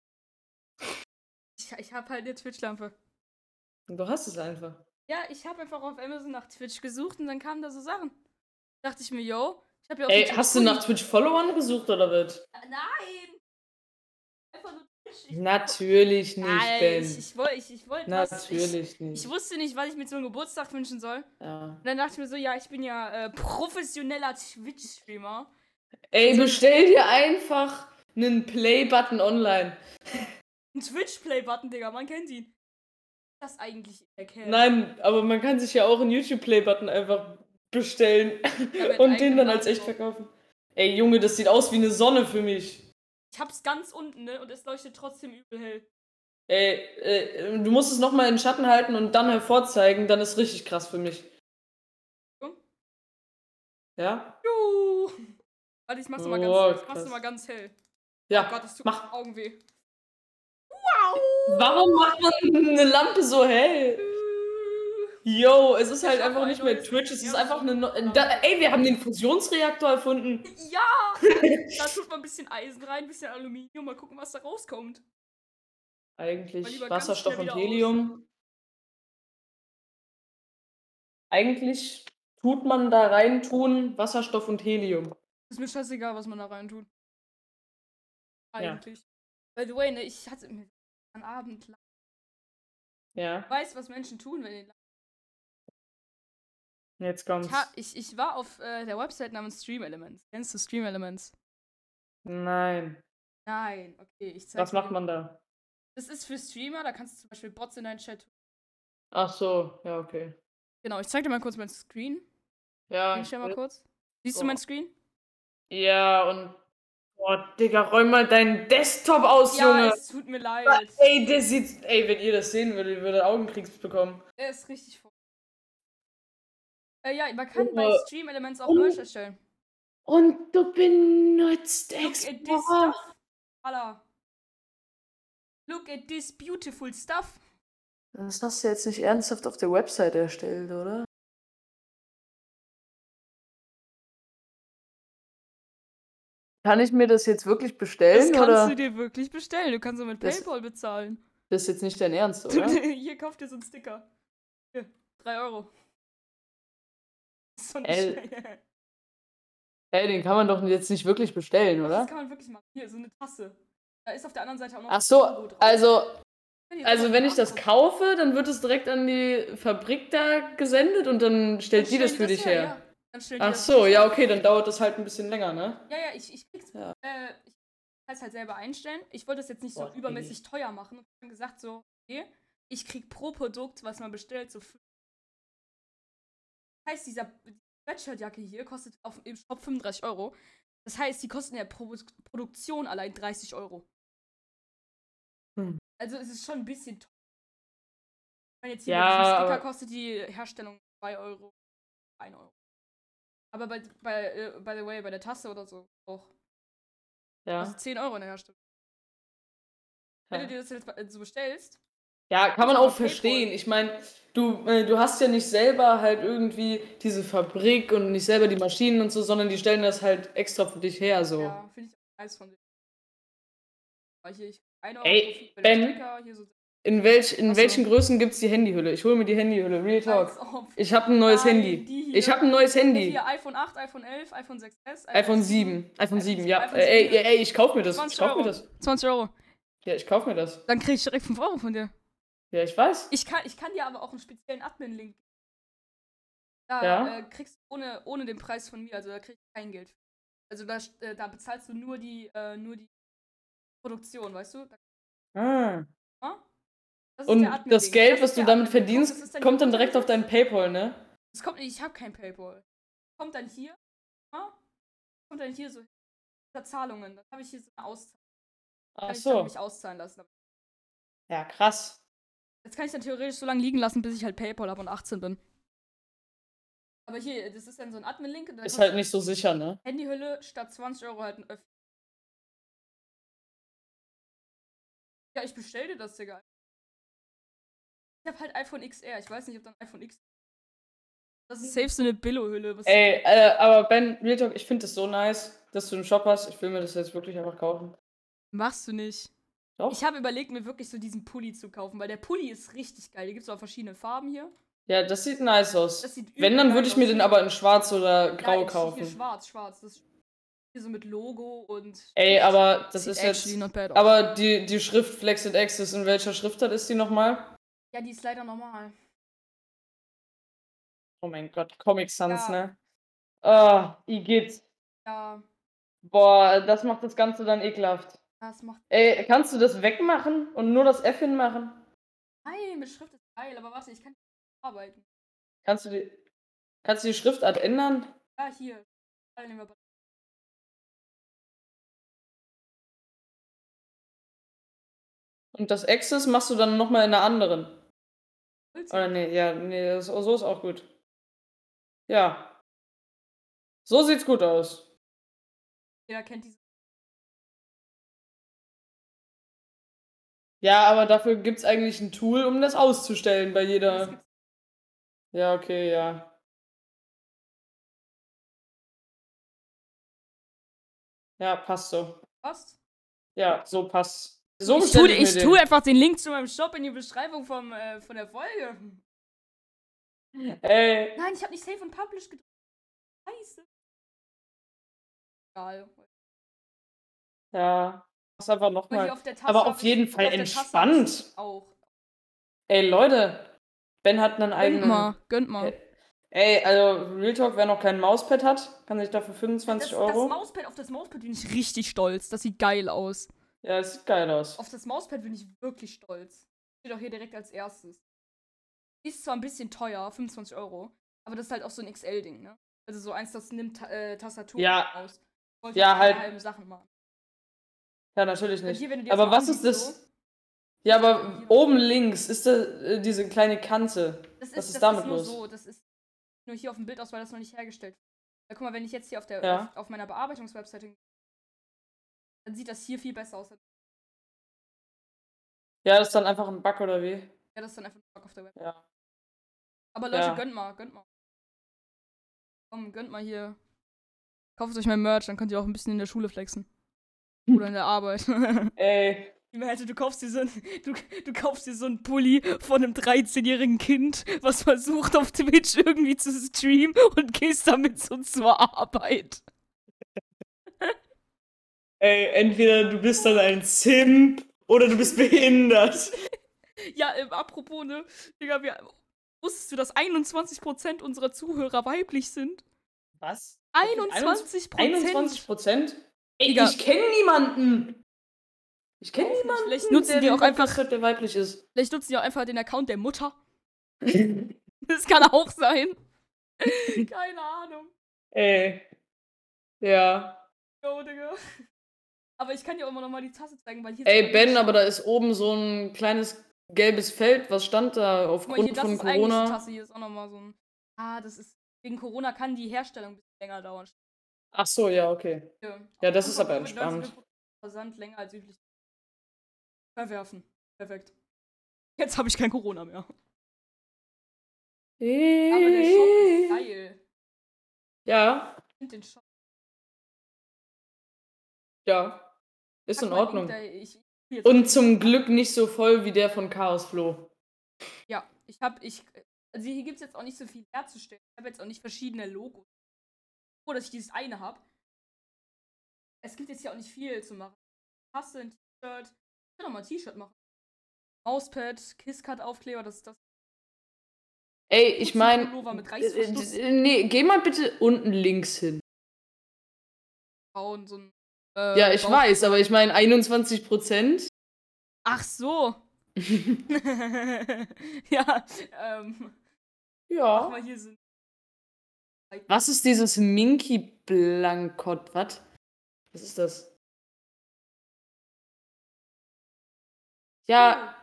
S1: Ich, ich hab halt eine Twitch-Lampe.
S2: Du hast es einfach.
S1: Ja, ich habe einfach auf Amazon nach Twitch gesucht und dann kamen da so Sachen. Dachte ich mir, yo, ich habe ja auch.
S2: Ey,
S1: einen
S2: hast du
S1: Jacuzzi.
S2: nach Twitch-Followern gesucht oder was?
S1: Nein! Einfach nur Twitch. Ich-
S2: Natürlich nicht,
S1: Nein,
S2: Ben.
S1: ich, ich wollte, ich, ich wollte was. Ich,
S2: Natürlich nicht.
S1: ich wusste nicht, was ich mir zu einem Geburtstag wünschen soll. Und
S2: ja.
S1: dann dachte ich mir so, ja, ich bin ja äh, professioneller Twitch-Streamer.
S2: Ey,
S1: Also-
S2: bestell dir einfach einen Play-Button online.
S1: Ein Twitch-Play-Button, Digga, man kennt ihn. Ist Das eigentlich erkennen.
S2: Nein, aber man kann sich ja auch einen YouTube-Play-Button einfach bestellen
S1: mit
S2: und den
S1: eigenem
S2: dann als echt
S1: Logo.
S2: verkaufen. Ey, Junge, das sieht aus wie eine Sonne für mich.
S1: Ich hab's ganz unten, ne? Und es leuchtet trotzdem übel hell.
S2: Ey, äh, du musst es nochmal in den Schatten halten und dann hervorzeigen, dann ist richtig krass für mich.
S1: So? Oh
S2: Ja?
S1: Juhu. Warte, ich mach's nochmal ganz,
S2: Oh,
S1: ich mach's noch
S2: krass.
S1: mal ganz hell.
S2: Ja.
S1: Oh Gott, das tut
S2: mach.
S1: mir Augen weh.
S2: Warum macht man eine Lampe so hell? Yo, es ist halt
S1: Ich hab
S2: einfach
S1: ein genau.
S2: nicht mehr
S1: neues-
S2: Twitch, es ist
S1: Ja,
S2: einfach
S1: so-
S2: eine. neu- Da, ey, wir haben den Fusionsreaktor erfunden.
S1: Ja! Da tut man ein bisschen Eisen rein, ein bisschen Aluminium, mal gucken, was da rauskommt. Mal
S2: Eigentlich
S1: lieber ganz
S2: Wasserstoff
S1: schnell
S2: und
S1: wieder aus.
S2: Helium. Eigentlich tut man da rein tun Wasserstoff und Helium.
S1: Ist mir scheißegal, was man da rein tut.
S2: Ja.
S1: Eigentlich. By the way, ne, ich hatte mir am Abend lang-
S2: Ja,
S1: Ich weiß, was Menschen tun, wenn die
S2: jetzt kommt's.
S1: ich, ha- ich, ich war auf äh, der Website namens Stream Elements. Kennst du Stream Elements?
S2: Nein.
S1: Nein, okay, ich zeig
S2: Was
S1: dir
S2: macht
S1: den.
S2: man da?
S1: Das ist für Streamer, da kannst du zum Beispiel Bots in deinen Chat tun.
S2: Ach so, ja, okay.
S1: Genau, ich zeig dir mal kurz mein Screen.
S2: Ja,
S1: Ich mal kurz. Siehst
S2: Oh.
S1: du mein Screen?
S2: ja und. Boah, Digga, räum mal deinen Desktop aus,
S1: Ja,
S2: Junge.
S1: es tut mir leid.
S2: Ey, der sieht. Ey, wenn ihr das sehen würdet, ihr würdet Augenkrieks bekommen.
S1: Er ist richtig voll. Äh, ja, man kann bei
S2: Junge. um
S1: Stream Elements auch
S2: Und-
S1: Merch erstellen.
S2: Und du benutzt
S1: Look at this stuff. Alla. Look at this beautiful stuff.
S2: Das hast du jetzt nicht ernsthaft auf der Website erstellt, oder? Kann ich mir das jetzt wirklich
S1: Das
S2: bestellen
S1: kannst
S2: oder?
S1: du dir wirklich bestellen. Du kannst damit
S2: Das-
S1: Paypal bezahlen.
S2: Das ist jetzt nicht dein Ernst,
S1: Du,
S2: oder?
S1: hier kauft dir so einen Sticker. Hier, 3 Euro. So ein
S2: Ey,
S1: Stein.
S2: Ey, den kann man doch jetzt nicht wirklich bestellen,
S1: Das
S2: oder?
S1: kann man wirklich machen. Hier, so eine Tasse. Da ist auf der anderen Seite auch noch
S2: Ach so,
S1: ein Logo drauf.
S2: also,
S1: Kann jetzt
S2: also
S1: mal
S2: wenn ich das
S1: angucken.
S2: kaufe, dann wird es direkt an die Fabrik da gesendet und dann
S1: Dann
S2: stellt die
S1: stellen
S2: das für dich her.
S1: ja. Dann stellen die
S2: Ach
S1: das
S2: so,
S1: für dich
S2: ja,
S1: her.
S2: okay, dann dauert das halt ein bisschen länger, ne?
S1: Ja, ja, ich, ich krieg's.
S2: Ja.
S1: Äh, ich kann es halt selber einstellen. Ich wollte es jetzt nicht so
S2: Boah,
S1: übermäßig teuer machen. Ich habe gesagt, so, okay, ich krieg pro Produkt, was man bestellt, so. fün- Das heißt, dieser die Sweatshirtjacke hier kostet auf, im Shop 35 Euro. Das heißt, die kosten in der Pro Produktion allein 30 Euro.
S2: Hm.
S1: Also, es ist schon ein bisschen teuer. Wenn jetzt hier
S2: Ja,
S1: mit diesem Sticker
S2: aber-
S1: kostet die Herstellung 2 Euro, 1 Euro. Aber bei, bei, äh, by the way, bei der Tasse oder so auch.
S2: Ja.
S1: Also 10 Euro in der Herstellung. Wenn du dir das jetzt be- so bestellst,
S2: Ja, kann
S1: Ist
S2: man
S1: aber
S2: auch
S1: Paypal.
S2: verstehen. Ich meine, du, äh, du hast ja nicht selber halt irgendwie diese Fabrik und nicht selber die Maschinen und so, sondern die stellen das halt extra für dich her, so.
S1: ja, finde ich auch nice von dir. Weil hier, ich 1 Euro
S2: Ey,
S1: Profit bei dem
S2: Ben.
S1: Sticker, hier so
S2: In, welch, in
S1: Ach so.
S2: welchen Größen gibt es die Handyhülle? Ich hole mir die Handyhülle. Real Talk.
S1: Als ob.
S2: Ich habe ein neues
S1: Nein,
S2: Handy.
S1: Ah, die hier.
S2: Ich habe ein neues Handy.
S1: Hier iPhone 8, iPhone 11, iPhone 6S,
S2: iPhone 7. iPhone 7, ja.
S1: iPhone
S2: Äh, Ey,
S1: 7.
S2: ey, ey, ich kauf mir das. Ich
S1: 20
S2: kauf mir
S1: Euro.
S2: das.
S1: 20 Euro.
S2: Ja, ich kauf mir das.
S1: Dann krieg ich direkt 5 Euro von dir.
S2: Ja, ich weiß.
S1: Ich kann, ich kann dir aber auch einen speziellen Admin-Link. geben. Da
S2: Ja.
S1: äh, kriegst du ohne, ohne den Preis von mir, also da kriegst du kein Geld. für. Also da, st- äh, da bezahlst du nur die, äh, nur die Produktion, weißt du?
S2: Ah.
S1: Das ist
S2: Und
S1: der Admin-Link.
S2: das Geld,
S1: ist
S2: was du
S1: der
S2: damit
S1: Admin-Link. Und das
S2: verdienst,
S1: ist dann
S2: kommt
S1: hier
S2: dann direkt auf dein Paypal, ne?
S1: Es kommt, ich habe kein PayPal. Kommt dann hier, ja? kommt dann hier so hinter Zahlungen. Dann habe ich hier so eine Auszahlung.
S2: Ach
S1: Kann ich dann
S2: so.
S1: mich auszahlen lassen.
S2: Ja, krass.
S1: Jetzt kann ich dann theoretisch so lange liegen lassen, bis ich halt PayPal habe und 18 bin. Aber hier, das ist dann so ein Admin-Link. und da
S2: Ist
S1: kostet
S2: halt nicht so sicher, ne?
S1: Handyhülle statt 20 Euro halt ein Öff. Ja, ich bestell dir das, Digga. Ich hab halt iPhone XR. Ich weiß nicht, ob dann iPhone X. Das ist safe so eine Billo-Hülle. was-
S2: Ey, äh, aber Ben, Real Talk, ich finde das so nice, dass du einen Shop hast. Ich will mir das jetzt wirklich einfach kaufen.
S1: Machst du nicht.
S2: Doch.
S1: Ich habe überlegt, mir wirklich so diesen Pulli zu kaufen, weil der Pulli ist richtig geil. Die gibt es auch verschiedene Farben hier.
S2: Ja, das sieht nice
S1: Das
S2: aus.
S1: sieht
S2: Wenn,
S1: übel
S2: dann
S1: geil
S2: würde ich mir
S1: aus.
S2: den aber in schwarz oder grau
S1: Nein, ich- Hier
S2: kaufen.
S1: schwarz, schwarz. Das ist hier so mit Logo und.
S2: Ey, aber das
S1: Sieht
S2: ist
S1: actually
S2: jetzt.
S1: Not bad aus.
S2: Aber die, die Schrift Flexed Access, in welcher Schriftart ist die nochmal?
S1: ja, die ist leider normal.
S2: Oh mein Gott, Comic Sans,
S1: Ja.
S2: ne? Ah, Igitt.
S1: Ja,
S2: Boah, das macht das Ganze dann ekelhaft.
S1: das macht.
S2: Ey, kannst du das wegmachen und nur das F hinmachen?
S1: Nein, mit Schrift ist geil, aber warte, ich kann arbeiten.
S2: Kannst du die, kannst du die Schriftart ändern?
S1: Ja, hier. Alle nehmen wir bei-
S2: Und das Access machst du dann nochmal in einer anderen.
S1: Holz.
S2: Oder nee, ja, nee, das, so ist auch gut. Ja. So sieht's gut aus.
S1: Jeder kennt diese.
S2: Ja, aber dafür gibt's eigentlich ein Tool, um das auszustellen bei
S1: Das
S2: jeder.
S1: gibt's-
S2: Ja, okay, ja. Ja, passt so.
S1: Was?
S2: Ja, so passt. So
S1: ich
S2: bestell
S1: tue,
S2: mir
S1: ich
S2: den.
S1: tue einfach den Link zu meinem Shop in die Beschreibung vom, äh, von der Folge.
S2: Ey,
S1: Nein, ich habe nicht Save und Publish gedrückt. Scheiße. Egal.
S2: ja. Mach's einfach
S1: Aber
S2: nochmal.
S1: hier auf der Taste
S2: Aber
S1: hab
S2: auf
S1: ich-
S2: jeden Fall
S1: auf der Taste hab
S2: entspannt.
S1: ich's Auch.
S2: Ey, Leute. Ben hat einen
S1: Gönnt
S2: eigenen.
S1: mal, gönnt mal.
S2: Äh, Ey, also Real Talk, wer noch kein Mauspad hat, kann sich dafür 25
S1: das,
S2: Euro.
S1: das Mauspad, auf das Mauspad bin ich richtig stolz. Das sieht geil aus.
S2: ja, das sieht geil aus.
S1: Auf das Mauspad bin ich wirklich stolz. Steht auch hier direkt als erstes. Ist zwar ein bisschen teuer, 25 Euro, aber das ist halt auch so ein XL-Ding, ne? Also so eins, das nimmt Ta äh, Tastatur
S2: Ja.
S1: aus. Wollte
S2: Ja,
S1: keine
S2: halt.
S1: halben Sachen machen.
S2: Ja, natürlich
S1: Und
S2: nicht.
S1: hier, wenn du dir
S2: Aber
S1: das mal
S2: was ist
S1: ansiehst,
S2: das?
S1: so,
S2: Ja, aber oben links ist da äh, diese kleine Kante.
S1: Das ist,
S2: Was ist
S1: das
S2: damit
S1: ist nur
S2: los?
S1: so, das ist nur hier auf dem Bild aus, weil das noch nicht hergestellt wird. Weil guck mal, wenn ich jetzt hier auf, der,
S2: Ja.
S1: auf, auf meiner Bearbeitungswebseite gehe, dann sieht das hier viel besser aus. als-
S2: Ja, das ist dann einfach ein Bug oder wie?
S1: Ja, das ist dann einfach nur Bock auf der Webseite.
S2: Ja.
S1: Aber Leute,
S2: Ja.
S1: gönnt mal, gönnt mal. Komm, gönnt mal hier. Kauft euch mein Merch, dann könnt ihr auch ein bisschen in der Schule flexen. Oder in der Arbeit.
S2: Ey,
S1: Ich hätte, du kaufst dir so ein, du, du kaufst dir so einen Pulli von einem 13-jährigen Kind, was versucht auf Twitch irgendwie zu streamen und gehst damit so zur Arbeit.
S2: ey, entweder du bist dann ein Simp oder du bist behindert.
S1: Ja, ähm, apropos, ne, Digga, wir, wusstest du, dass 21% unserer Zuhörer weiblich sind?
S2: Was?
S1: 21%?
S2: 21 Prozent? Ey,
S1: Digga.
S2: ich kenne niemanden. Ich kenne niemanden.
S1: Vielleicht nutzen
S2: der
S1: die
S2: den
S1: auch einfach,
S2: Podcast hört, der weiblich ist.
S1: vielleicht nutzen die auch einfach den Account der Mutter. Das kann auch sein. Keine Ahnung.
S2: Ey. Ja.
S1: Jo, Digga. Aber ich kann dir auch immer noch mal die Tasse zeigen, weil hier
S2: Ey,
S1: ist-
S2: Ben, aber da ist oben so ein kleines gelbes Feld. Was stand da
S1: Guck mal, hier,
S2: aufgrund
S1: das
S2: von
S1: ist eigentlich die
S2: Corona?
S1: Tasse. Hier ist auch nochmal so ein. Ah, das ist. Wegen Corona kann die Herstellung ein bisschen länger dauern.
S2: Ach so, ja, okay.
S1: Hier.
S2: Ja, das
S1: Auf
S2: ist aber
S1: Papier mit 19
S2: entspannt.
S1: Versand länger als üblich. Verwerfen. Perfekt. Jetzt habe ich kein Corona mehr. Aber der Shop ist geil.
S2: Äh. Ja,
S1: Ich find den Shop.
S2: ja. Ist
S1: Pack
S2: in
S1: mal den
S2: Ordnung.
S1: Link da- Ich Jetzt-
S2: Und zum Glück nicht so voll wie der von Chaos Flo.
S1: Ja, ich habe, ich, also hier gibt es jetzt auch nicht so viel herzustellen. Ich habe jetzt auch nicht verschiedene Logos. Froh, dass ich dieses eine habe. Es gibt jetzt hier auch nicht viel zu machen. Tasse, ein T-Shirt. Ich kann doch mal ein T-Shirt machen. Mauspad, Kisscut-Aufkleber, das das.
S2: Ey, ich meine.
S1: Pullover mit Reißverschluss
S2: Nee, geh mal bitte unten links hin.
S1: bauen, so ein. äh,
S2: Ja, ich
S1: Bauch-
S2: weiß, aber ich meine 21 Prozent.
S1: Ach so. ja, ähm. Mach
S2: ja.
S1: mal hier so. ein-
S2: Was ist dieses Minky Blankott? Was? Was ist das? Ja,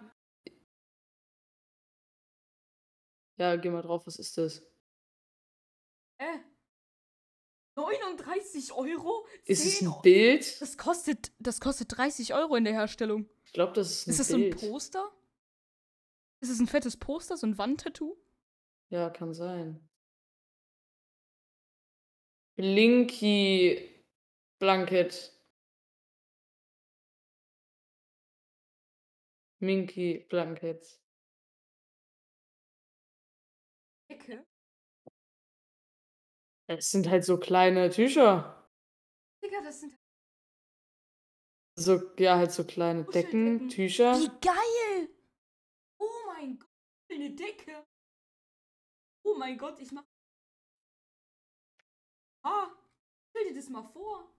S2: ja, geh mal drauf, was ist das?
S1: Äh. 39 Euro?
S2: Ist es
S1: 10
S2: ein
S1: Euro?
S2: Bild?
S1: Das kostet, das kostet 30 Euro in der Herstellung.
S2: Ich glaube, das ist ein
S1: Ist das so ein
S2: Bild.
S1: Poster? Ist es ein fettes Poster, so ein Wandtattoo?
S2: Ja, kann sein. Blinky Blanket. Minky Blanket.
S1: Ecke?
S2: Es sind halt so kleine Tücher.
S1: Digga, das sind.
S2: So, ja, halt so kleine Decken,
S1: Kuscheldecken.
S2: Tücher.
S1: Wie geil! Oh mein Gott, eine Decke! Oh mein Gott, ich mach. Ah, stell dir das mal vor.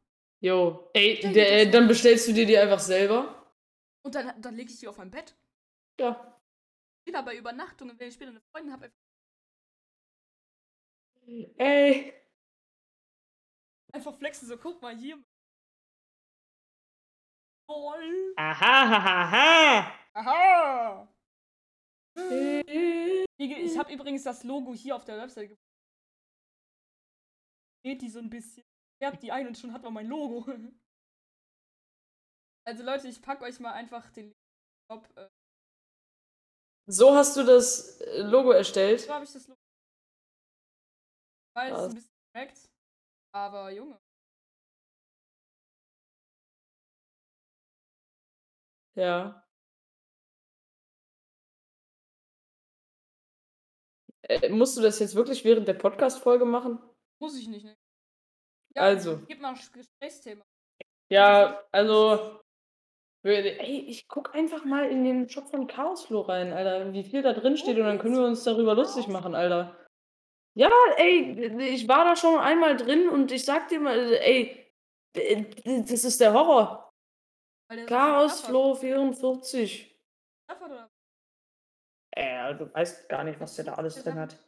S2: Jo. Ey,
S1: Stell dir
S2: der, äh,
S1: das
S2: dann bestellst du dir die einfach selber.
S1: Und dann, dann lege ich die auf mein Bett.
S2: Ja.
S1: Wieder bei Übernachtungen, wenn ich später eine Freundin habe,
S2: Ey.
S1: einfach flexen, so guck mal hier. Voll.
S2: Aha, ha,
S1: Aha!
S2: ha,
S1: Digga, ich habe übrigens das Logo hier auf der Website gefunden. Geht die so ein bisschen. Färbt die ein und schon hat man mein Logo. Also Leute, ich pack euch mal einfach den Shop. äh,
S2: So hast du das äh, Logo erstellt.
S1: So habe ich das Logo. Weil es ist ein bisschen direkt. Aber Junge.
S2: Ja. Äh, musst du das jetzt wirklich während der Podcast-Folge machen?
S1: Muss ich nicht, ne?
S2: Also.
S1: Gib mal ein Gesprächsthema.
S2: Ja, also. würde- Ey, ich guck einfach mal in den Shop von Chaosflow rein, Alter, wie viel da drin steht und dann können wir uns darüber lustig machen, Alter. Ja, ey, ich war da schon einmal drin und ich sag dir mal, ey, das ist der Horror.
S1: Weil der so viel Kraft hat.
S2: Chaosflow 44.
S1: Kraft hat oder-
S2: Äh, du weißt gar nicht, was der da alles drin hat.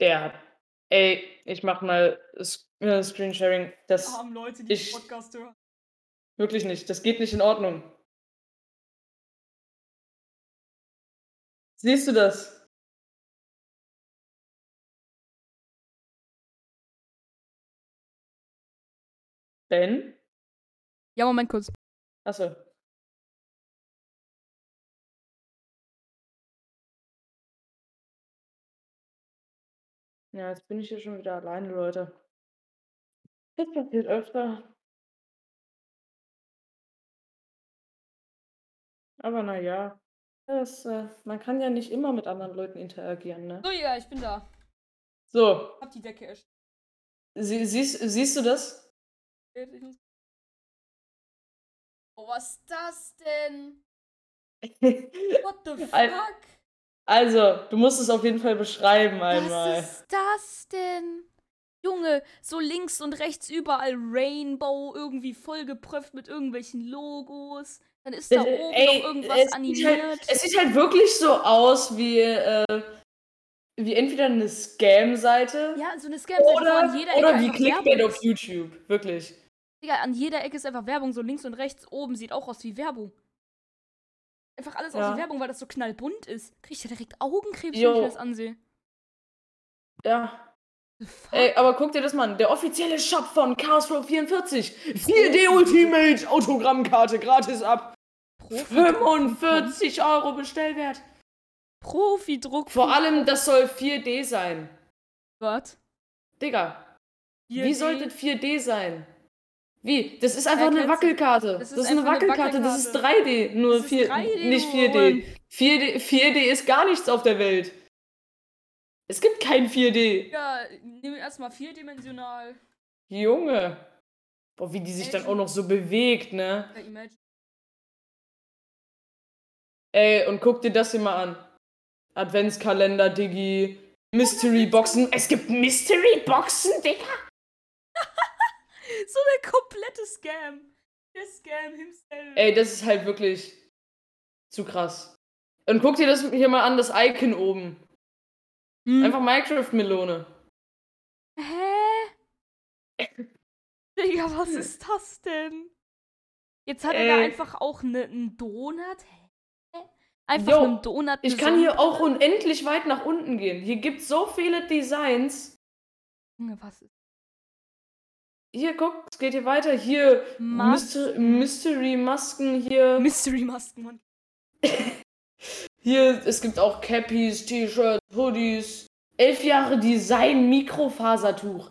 S2: Der hat. Ey, ich mach mal Sc äh, Screensharing. Das
S1: Armen Leute, die
S2: Ich-
S1: den Podcast hören.
S2: wirklich nicht. Das geht nicht in Ordnung. Siehst du das? Ben?
S1: Ja, Moment kurz.
S2: Achso. Ja, jetzt bin ich hier schon wieder alleine, Leute. Das passiert öfter. Aber naja, das, äh, man kann ja nicht immer mit anderen Leuten interagieren, ne?
S1: So, ja, ich bin da.
S2: So,
S1: Hab die Decke erstellt.
S2: sie, siehst, siehst du das?
S1: Ich muss- Oh, was ist das denn? What the
S2: Al-
S1: fuck?
S2: Also, du musst es auf jeden Fall beschreiben einmal.
S1: Was ist das denn? Junge, so links und rechts überall Rainbow, irgendwie vollgepröpft mit irgendwelchen Logos. Dann ist da
S2: Das-
S1: oben
S2: Äh, ey,
S1: noch irgendwas
S2: Sieht
S1: animiert.
S2: halt, es sieht halt wirklich so aus wie, äh, wie entweder eine Scam-Seite
S1: ja, so eine scam wo
S2: oder,
S1: an jeder Ecke
S2: oder wie
S1: einfach
S2: Clickbait
S1: Werbung
S2: auf
S1: ist.
S2: YouTube. Wirklich.
S1: Digga, an jeder Ecke ist einfach Werbung, so links und rechts. Oben sieht auch aus wie Werbung. Einfach alles aus
S2: Ja.
S1: wie Werbung, weil das so knallbunt ist. Krieg ich ja direkt Augenkrebs, wenn
S2: Jo.
S1: ich mir das ansehe.
S2: Ja.
S1: The fuck?
S2: Ey, aber guck dir das mal an. Der offizielle Shop von Chaosflow 44. 4D Ultimate Autogrammkarte gratis ab.
S1: Profi-
S2: 45 Euro Bestellwert.
S1: Profi-Druck.
S2: Vor allem, das soll 4D sein.
S1: Gott.
S2: Digga, wie sollte 4D sein? Wie? Das ist einfach
S1: Äh,
S2: eine
S1: kennst du-
S2: Wackelkarte.
S1: das
S2: Das
S1: ist
S2: ist, eine,
S1: einfach eine
S2: Wackelkarte. Das ist
S1: Wackelkarte.
S2: 3D. Nur
S1: Das ist
S2: 4,
S1: 3D,
S2: nicht 4D. 4D. 4D ist gar nichts auf der Welt. Es gibt kein 4D.
S1: Ja, nehmen wir erstmal vierdimensional.
S2: Junge. Boah, wie die sich dann auch noch so bewegt, ne?
S1: Ja, Imagine.
S2: Ey, und guck dir das hier mal an. Adventskalender, Diggi. Mystery Boxen. Es gibt Mystery Boxen, Digga.
S1: So der komplette Scam. Der Scam himself.
S2: Ey, das ist halt wirklich zu krass. Und guck dir das hier mal an, das Icon oben.
S1: Hm.
S2: Einfach Minecraft-Melone.
S1: Hä? Digga, was ist das denn? Jetzt hat er da
S2: Ey.
S1: einfach auch ne, einen Donut. Hä? Einfach
S2: Jo,
S1: einen Donut.
S2: Ich
S1: eine
S2: kann hier
S1: Sonnenbrille.
S2: auch unendlich weit nach unten gehen. Hier gibt so viele Designs.
S1: Junge, was ist
S2: Hier, guck, es geht hier weiter. Hier
S1: Mas
S2: Myster Mystery-Masken hier.
S1: Mystery Masken, Mann.
S2: Hier, es gibt auch Cappies, T-Shirts, Hoodies. Elf Jahre Design, Mikrofasertuch.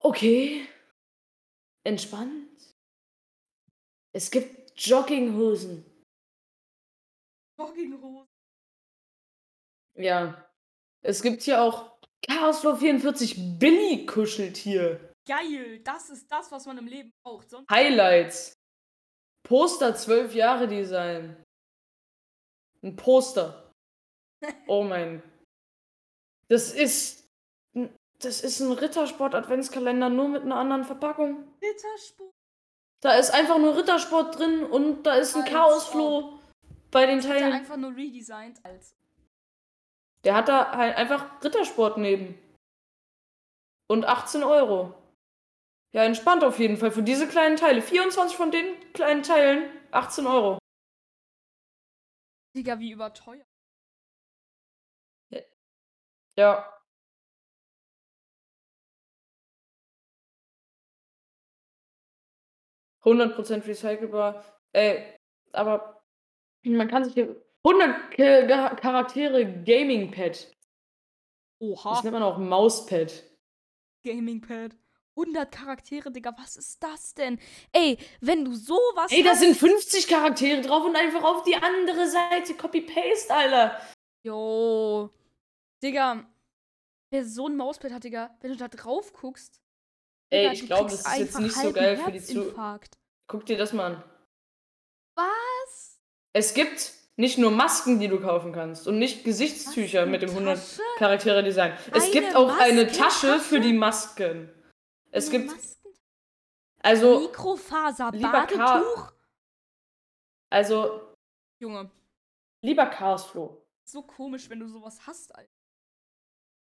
S2: Okay. Entspannt. Es gibt Jogginghosen.
S1: Jogginghose.
S2: Ja. Es gibt hier auch Chaos Floor 44 Billy Kuscheltier.
S1: Geil, das ist das, was man im Leben braucht. Sonst
S2: Highlights. Poster 12 Jahre Design. Ein Poster. Oh mein. Das ist. Das ist ein Rittersport-Adventskalender nur mit einer anderen Verpackung.
S1: Ritterspur.
S2: Da ist einfach nur Rittersport drin und da ist ein
S1: Als
S2: Chaosfloh bei den
S1: Hat er
S2: Teilen.
S1: einfach nur redesigned als.
S2: Der hat da halt einfach Rittersport neben. Und 18 Euro. Ja, entspannt auf jeden Fall für diese kleinen Teile. 24 von den kleinen Teilen, 18 Euro.
S1: Digga, wie überteuert.
S2: Ja. Prozent recycelbar. Ey, aber man kann sich hier 100 Ke- Ga- Charaktere Gaming Pad. Das
S1: Oha.
S2: nennt man auch Mauspad.
S1: Gamingpad. 100 Charaktere, Digga, was ist das denn? Ey, wenn du sowas.
S2: Ey, da
S1: hast-
S2: sind 50 Charaktere drauf und einfach auf die andere Seite Copy Paste, Alter.
S1: Jo. Digga, wer so ein Mauspad hat, Digga, wenn du da drauf guckst.
S2: Ey,
S1: Digga,
S2: ich
S1: du
S2: glaube, das
S1: kriegst
S2: ist jetzt
S1: einfach
S2: nicht so
S1: halben
S2: geil für die Zu.
S1: Herzinfarkt.
S2: Guck dir das mal an.
S1: Was?
S2: Es gibt nicht nur Masken, die du kaufen kannst und nicht Gesichtstücher mit dem 100
S1: Tasche?
S2: Charaktere Design. Es
S1: Eine
S2: gibt auch eine
S1: Maskentasche?
S2: Tasche für die Masken. Es
S1: Eine
S2: gibt
S1: Masken
S2: also
S1: Mikrofaser,
S2: lieber
S1: Badetuch?
S2: also
S1: Junge,
S2: lieber Chaosflo.
S1: so komisch, wenn du sowas hast, Alter.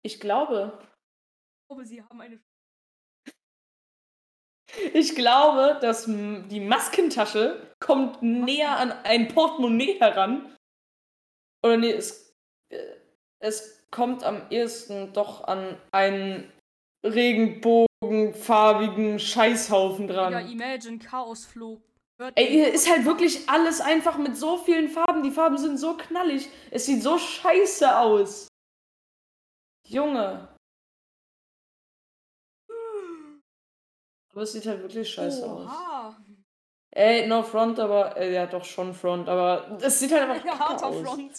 S2: Ich glaube,
S1: Ich glaube, sie haben eine.
S2: ich glaube, dass m, die Maskentasche kommt näher an ein Portemonnaie heran. Oder nee, es, äh, es kommt am ehesten doch an einen regenbogenfarbigen Scheißhaufen dran.
S1: Digga, Imagine Chaos Flow. Hört
S2: Ey,
S1: ihr-
S2: hier ist halt wirklich alles einfach mit so vielen Farben. Die Farben sind so knallig. Es sieht so scheiße aus. Junge. Aber es sieht halt wirklich scheiße aus.
S1: Oha.
S2: Ey, no front, aber. Äh, ja, doch schon front, aber. Es sieht halt einfach
S1: Ja,
S2: kacke
S1: harter
S2: aus.
S1: Front.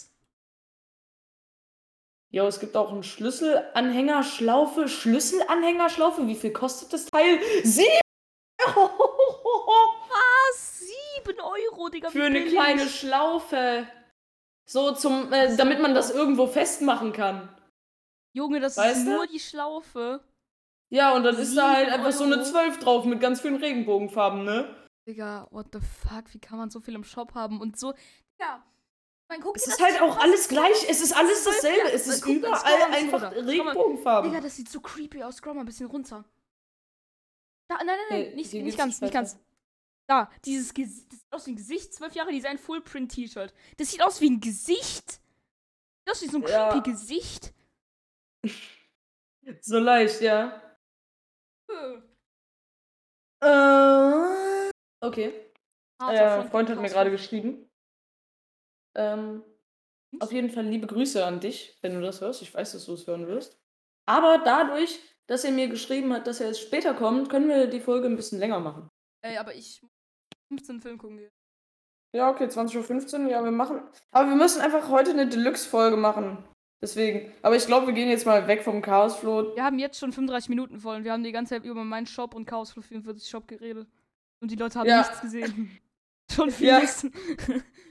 S2: Jo, es gibt auch einen Schlüsselanhänger, Schlaufe. Schlüsselanhänger, Schlaufe. Wie viel kostet das Teil? Sieben Euro!
S1: Was? 7 Euro, Digga. wie
S2: für eine
S1: billig.
S2: kleine Schlaufe. So zum, äh, damit man das irgendwo festmachen kann.
S1: Junge, das ist
S2: Weißt du?
S1: nur die Schlaufe.
S2: Ja, und dann ist da halt
S1: Sieben
S2: einfach so eine
S1: Euro.
S2: 12 drauf mit ganz vielen Regenbogenfarben, ne?
S1: Digga, what the fuck? Wie kann man so viel im Shop haben und so. Ja. Man guckt
S2: Es
S1: dir
S2: ist
S1: das
S2: halt auch alles gleich, es ist alles
S1: zwölf
S2: dasselbe,
S1: Jahre-
S2: es ist
S1: Guck, das
S2: überall
S1: Scroll mal,
S2: einfach
S1: Scroll mal. Digga,
S2: Regenbogenfarben.
S1: das sieht so creepy aus. Scroll mal ein bisschen runter. Da, nein, nein, nein,
S2: Äh,
S1: nicht,
S2: hier
S1: nicht
S2: geht's
S1: ganz, nicht
S2: nicht
S1: ganz. Da, dieses Gesicht, das sieht aus wie ein Gesicht. Zwölf Jahre Design Fullprint T-Shirt. Das sieht aus wie ein Gesicht. Das sieht aus wie so ein
S2: Ja.
S1: creepy Gesicht.
S2: So leicht, ja.
S1: Äh,
S2: Äh, okay.
S1: harter
S2: Äh,
S1: Front
S2: ein Freund hat
S1: gegen
S2: mir
S1: Chaos
S2: gerade
S1: Front.
S2: geschrieben. Ähm, auf jeden Fall liebe Grüße an dich, wenn du das hörst. Ich weiß, dass du es hören wirst. Aber dadurch, dass er mir geschrieben hat, dass er jetzt später kommt, können wir die Folge ein bisschen länger machen.
S1: Ey, aber ich muss 15 Film gucken gehen.
S2: Ja, okay, 20.15 Uhr, ja, wir machen. Aber wir müssen einfach heute eine Deluxe-Folge machen. Deswegen. Aber ich glaube, wir gehen jetzt mal weg vom Chaosflot.
S1: Wir haben jetzt schon 35 Minuten voll und wir haben die ganze Zeit über meinen Shop und Chaos Flug 44 Shop geredet. Und die Leute haben
S2: Ja.
S1: nichts gesehen. schon viel
S2: Ja.
S1: wissen.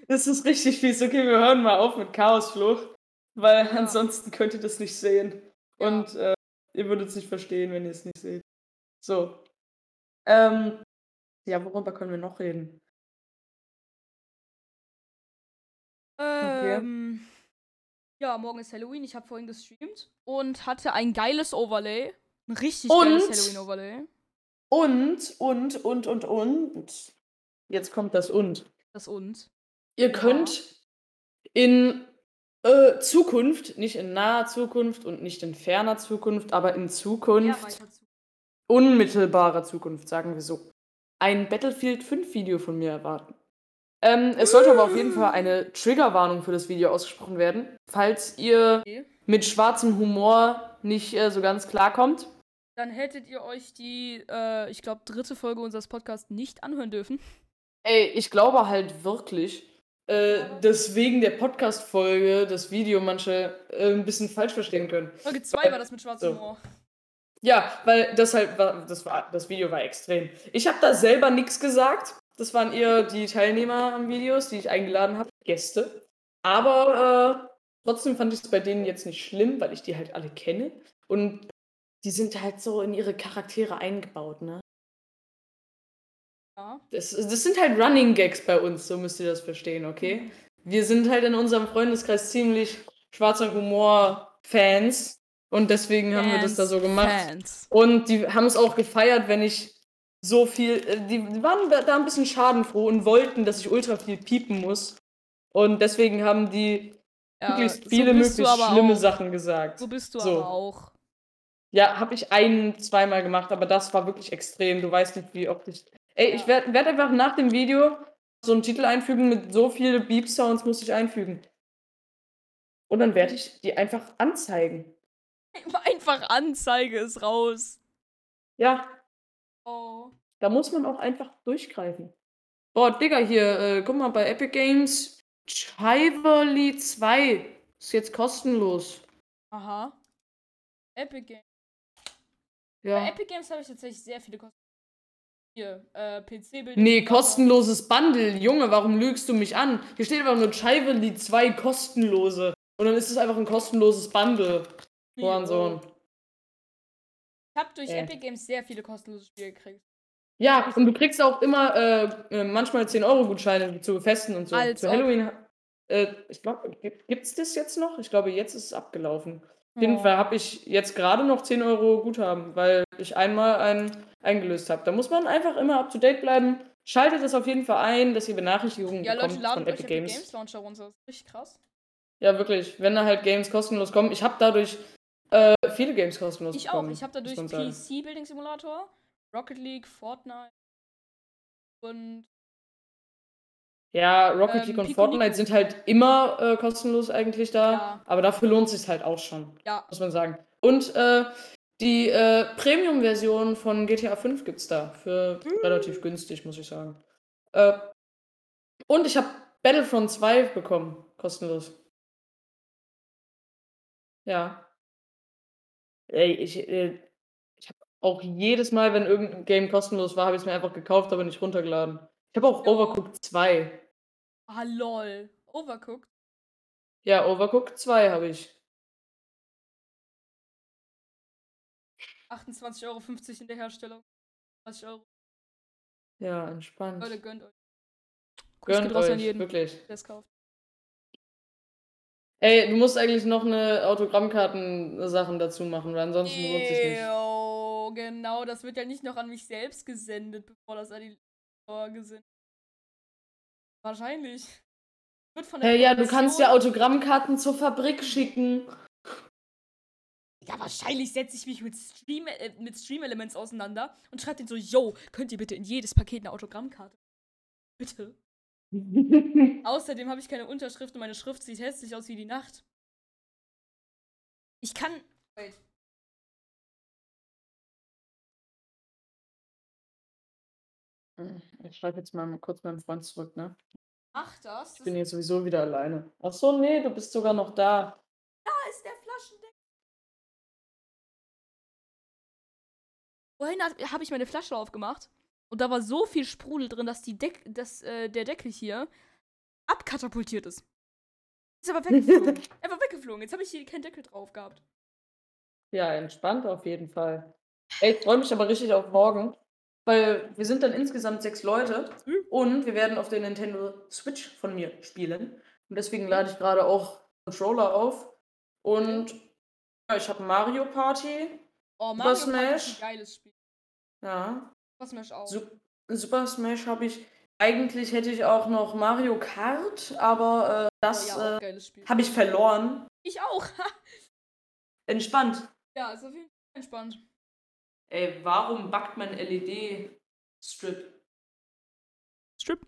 S2: Das ist richtig fies. Okay, wir hören mal auf mit Chaosflucht, weil
S1: Ja.
S2: ansonsten könnt ihr das nicht sehen.
S1: Ja.
S2: Und äh, ihr würdet es nicht verstehen, wenn ihr es nicht seht. So. Ähm, ja, worüber können wir noch reden?
S1: Ähm, Ja, morgen ist Halloween. Ich habe vorhin gestreamt und hatte ein geiles Overlay. Ein richtig
S2: Und?
S1: geiles Halloween-Overlay.
S2: Und, und, und, und, und. Jetzt kommt das und.
S1: Das und.
S2: Ihr könnt in äh, Zukunft, nicht in naher Zukunft und nicht in ferner Zukunft, aber in
S1: Ja,
S2: Zukunft,
S1: weiter zu.
S2: unmittelbarer Zukunft, sagen wir so, ein Battlefield 5 Video von mir erwarten. Ähm, es sollte aber auf jeden Fall eine Triggerwarnung für das Video ausgesprochen werden, falls ihr
S1: Okay.
S2: mit schwarzem Humor nicht äh, so ganz klarkommt.
S1: Dann hättet ihr euch die, äh, ich glaube, dritte Folge unseres Podcasts nicht anhören dürfen.
S2: Ey, ich glaube halt wirklich, äh, dass wegen der Podcast-Folge das Video manche äh, ein bisschen falsch verstehen können.
S1: Folge 2 war das mit schwarzem
S2: Äh, So.
S1: Humor.
S2: Ja, weil das halt war, das war, das Video war extrem. Ich habe da selber nichts gesagt. Das waren eher die Teilnehmer an Videos, die ich eingeladen habe, Gäste. Aber äh, trotzdem fand ich es bei denen jetzt nicht schlimm, weil ich die halt alle kenne. Und die sind halt so in ihre Charaktere eingebaut, ne?
S1: Ja.
S2: Das, das sind halt Running Gags bei uns, so müsst ihr das verstehen, okay? Wir sind halt in unserem Freundeskreis ziemlich schwarzer Humor-Fans. Und deswegen haben wir das da so gemacht.
S1: Fans.
S2: Und die haben es auch gefeiert, wenn ich so viel. äh, Die die waren da- da ein bisschen schadenfroh und wollten, dass ich ultra viel piepen muss. Und deswegen haben die
S1: Ja,
S2: möglichst
S1: so
S2: viele,
S1: bist du
S2: möglichst
S1: aber
S2: schlimme
S1: auch.
S2: Sachen gesagt.
S1: So bist du
S2: So.
S1: aber auch.
S2: Ja, habe ich ein, zweimal gemacht, aber das war wirklich extrem. Du weißt nicht, wie oft ich. Ey,
S1: Ja.
S2: ich werde werd einfach nach dem Video so einen Titel einfügen mit so viele Beep-Sounds muss ich einfügen. Und dann werde ich die einfach anzeigen.
S1: Einfach Anzeige ist raus.
S2: Ja,
S1: Oh.
S2: Da muss man auch einfach durchgreifen. Boah, Digga, hier, äh, guck mal, bei Epic Games, Chivalry 2 ist jetzt kostenlos.
S1: Aha. Epic Games. Bei
S2: Ja.
S1: Epic Games habe ich tatsächlich sehr viele Kosten. Hier, äh, PC-Bilder.
S2: Nee, kostenloses Bundle. Junge, warum lügst du mich an? Hier steht einfach nur Chivalry 2 kostenlose. Und dann ist es einfach ein kostenloses Bundle. Hurensohn.
S1: Ich habe durch
S2: Äh.
S1: Epic Games sehr viele kostenlose Spiele gekriegt.
S2: Ja, und du kriegst auch immer äh, äh, manchmal 10-Euro-Gutscheine zu Festen und so.
S1: Als
S2: zu
S1: ob.
S2: Halloween. Äh, ich glaube, gibt's das jetzt noch? Ich glaube, jetzt ist es abgelaufen. Auf jeden Fall habe ich jetzt gerade noch 10 Euro Guthaben, weil ich einmal einen eingelöst habe. Da muss man einfach immer up to date bleiben. Schaltet das auf jeden Fall ein, dass ihr Benachrichtigungen
S1: Ja,
S2: bekommt
S1: Leute, ladet
S2: von
S1: euch
S2: Epic Games.
S1: Launcher runter. Das ist richtig krass.
S2: Ja, wirklich. Wenn da halt Games kostenlos kommen. Ich habe dadurch äh, viele Games kostenlos
S1: Ich auch.
S2: bekommen.
S1: Ich habe dadurch
S2: muss man sagen.
S1: PC-Building Simulator, Rocket League, Fortnite und
S2: Ja, Rocket
S1: Ähm,
S2: League und
S1: Pico
S2: Fortnite
S1: Nico.
S2: sind halt immer äh, kostenlos eigentlich da.
S1: Ja.
S2: Aber dafür lohnt sich halt auch schon,
S1: ja.
S2: muss man sagen. Und äh, die äh, Premium-Version von GTA 5 gibt's da. Für
S1: Hm.
S2: relativ günstig, muss ich sagen. Äh, und ich habe Battlefront 2 bekommen. Kostenlos. Ja. Ey, ich, äh, ich habe auch jedes Mal, wenn irgendein Game kostenlos war, habe ich es mir einfach gekauft, aber nicht runtergeladen. Ich habe auch
S1: Ja.
S2: Overcooked 2.
S1: Ah, lol. Overcooked.
S2: Ja, Overcooked 2 habe ich.
S1: 28,50 Euro in der Herstellung. 20 Euro.
S2: Ja, entspannt.
S1: Leute, gönnt euch. Kuss
S2: Gönnt
S1: geht raus
S2: euch,
S1: an jeden,
S2: wirklich.
S1: der es kauft.
S2: Ey, du musst eigentlich noch eine Autogrammkarten-Sachen dazu machen, weil ansonsten lohnt sich nicht.
S1: Ew, genau, das wird ja nicht noch an mich selbst gesendet, bevor das an die Zuschauer gesendet wird. Wahrscheinlich. Wird von der
S2: Hey, ja, du kannst ja
S1: Produktion-
S2: Autogrammkarten zur Fabrik schicken.
S1: Ja, wahrscheinlich setze ich mich mit Stream, äh, mit Stream Elements auseinander und schreibe denen so, yo, könnt ihr bitte in jedes Paket eine Autogrammkarte? Bitte. Außerdem habe ich keine Unterschrift und meine Schrift sieht hässlich aus wie die Nacht. Ich kann. Wait.
S2: Ich schreibe jetzt mal kurz meinem Freund zurück, ne?
S1: Mach das.
S2: Ich
S1: Das
S2: bin jetzt sowieso wieder alleine. Ach so, nee, du bist sogar noch da.
S1: ist der Flaschendeck. Vorhin habe ich meine Flasche aufgemacht und da war so viel Sprudel drin, dass, die Deck, dass äh, der Deckel hier abkatapultiert ist. Ist aber weggeflogen. Einfach weggeflogen. Jetzt habe ich hier keinen Deckel drauf gehabt.
S2: Ja, entspannt auf jeden Fall. Ey, ich freue mich aber richtig auf morgen, weil wir sind dann insgesamt sechs Leute und wir werden auf der Nintendo Switch von mir spielen. Und deswegen lade ich gerade auch Controller auf. Und ja, ich habe Mario Party,
S1: Oh, Mario
S2: Super
S1: Kart ist
S2: Smash?
S1: ein geiles Spiel.
S2: ja,
S1: Super Smash auch. Oh,
S2: Su Super Smash habe ich. Eigentlich hätte ich auch noch Mario Kart, aber äh,
S1: oh,
S2: das
S1: ja, auch
S2: äh,
S1: geiles Spiel.
S2: habe ich verloren.
S1: Ich auch.
S2: Entspannt.
S1: ja, ist auf jeden Fall entspannt.
S2: Ey, warum backt E man LED-Strip?
S1: Strip.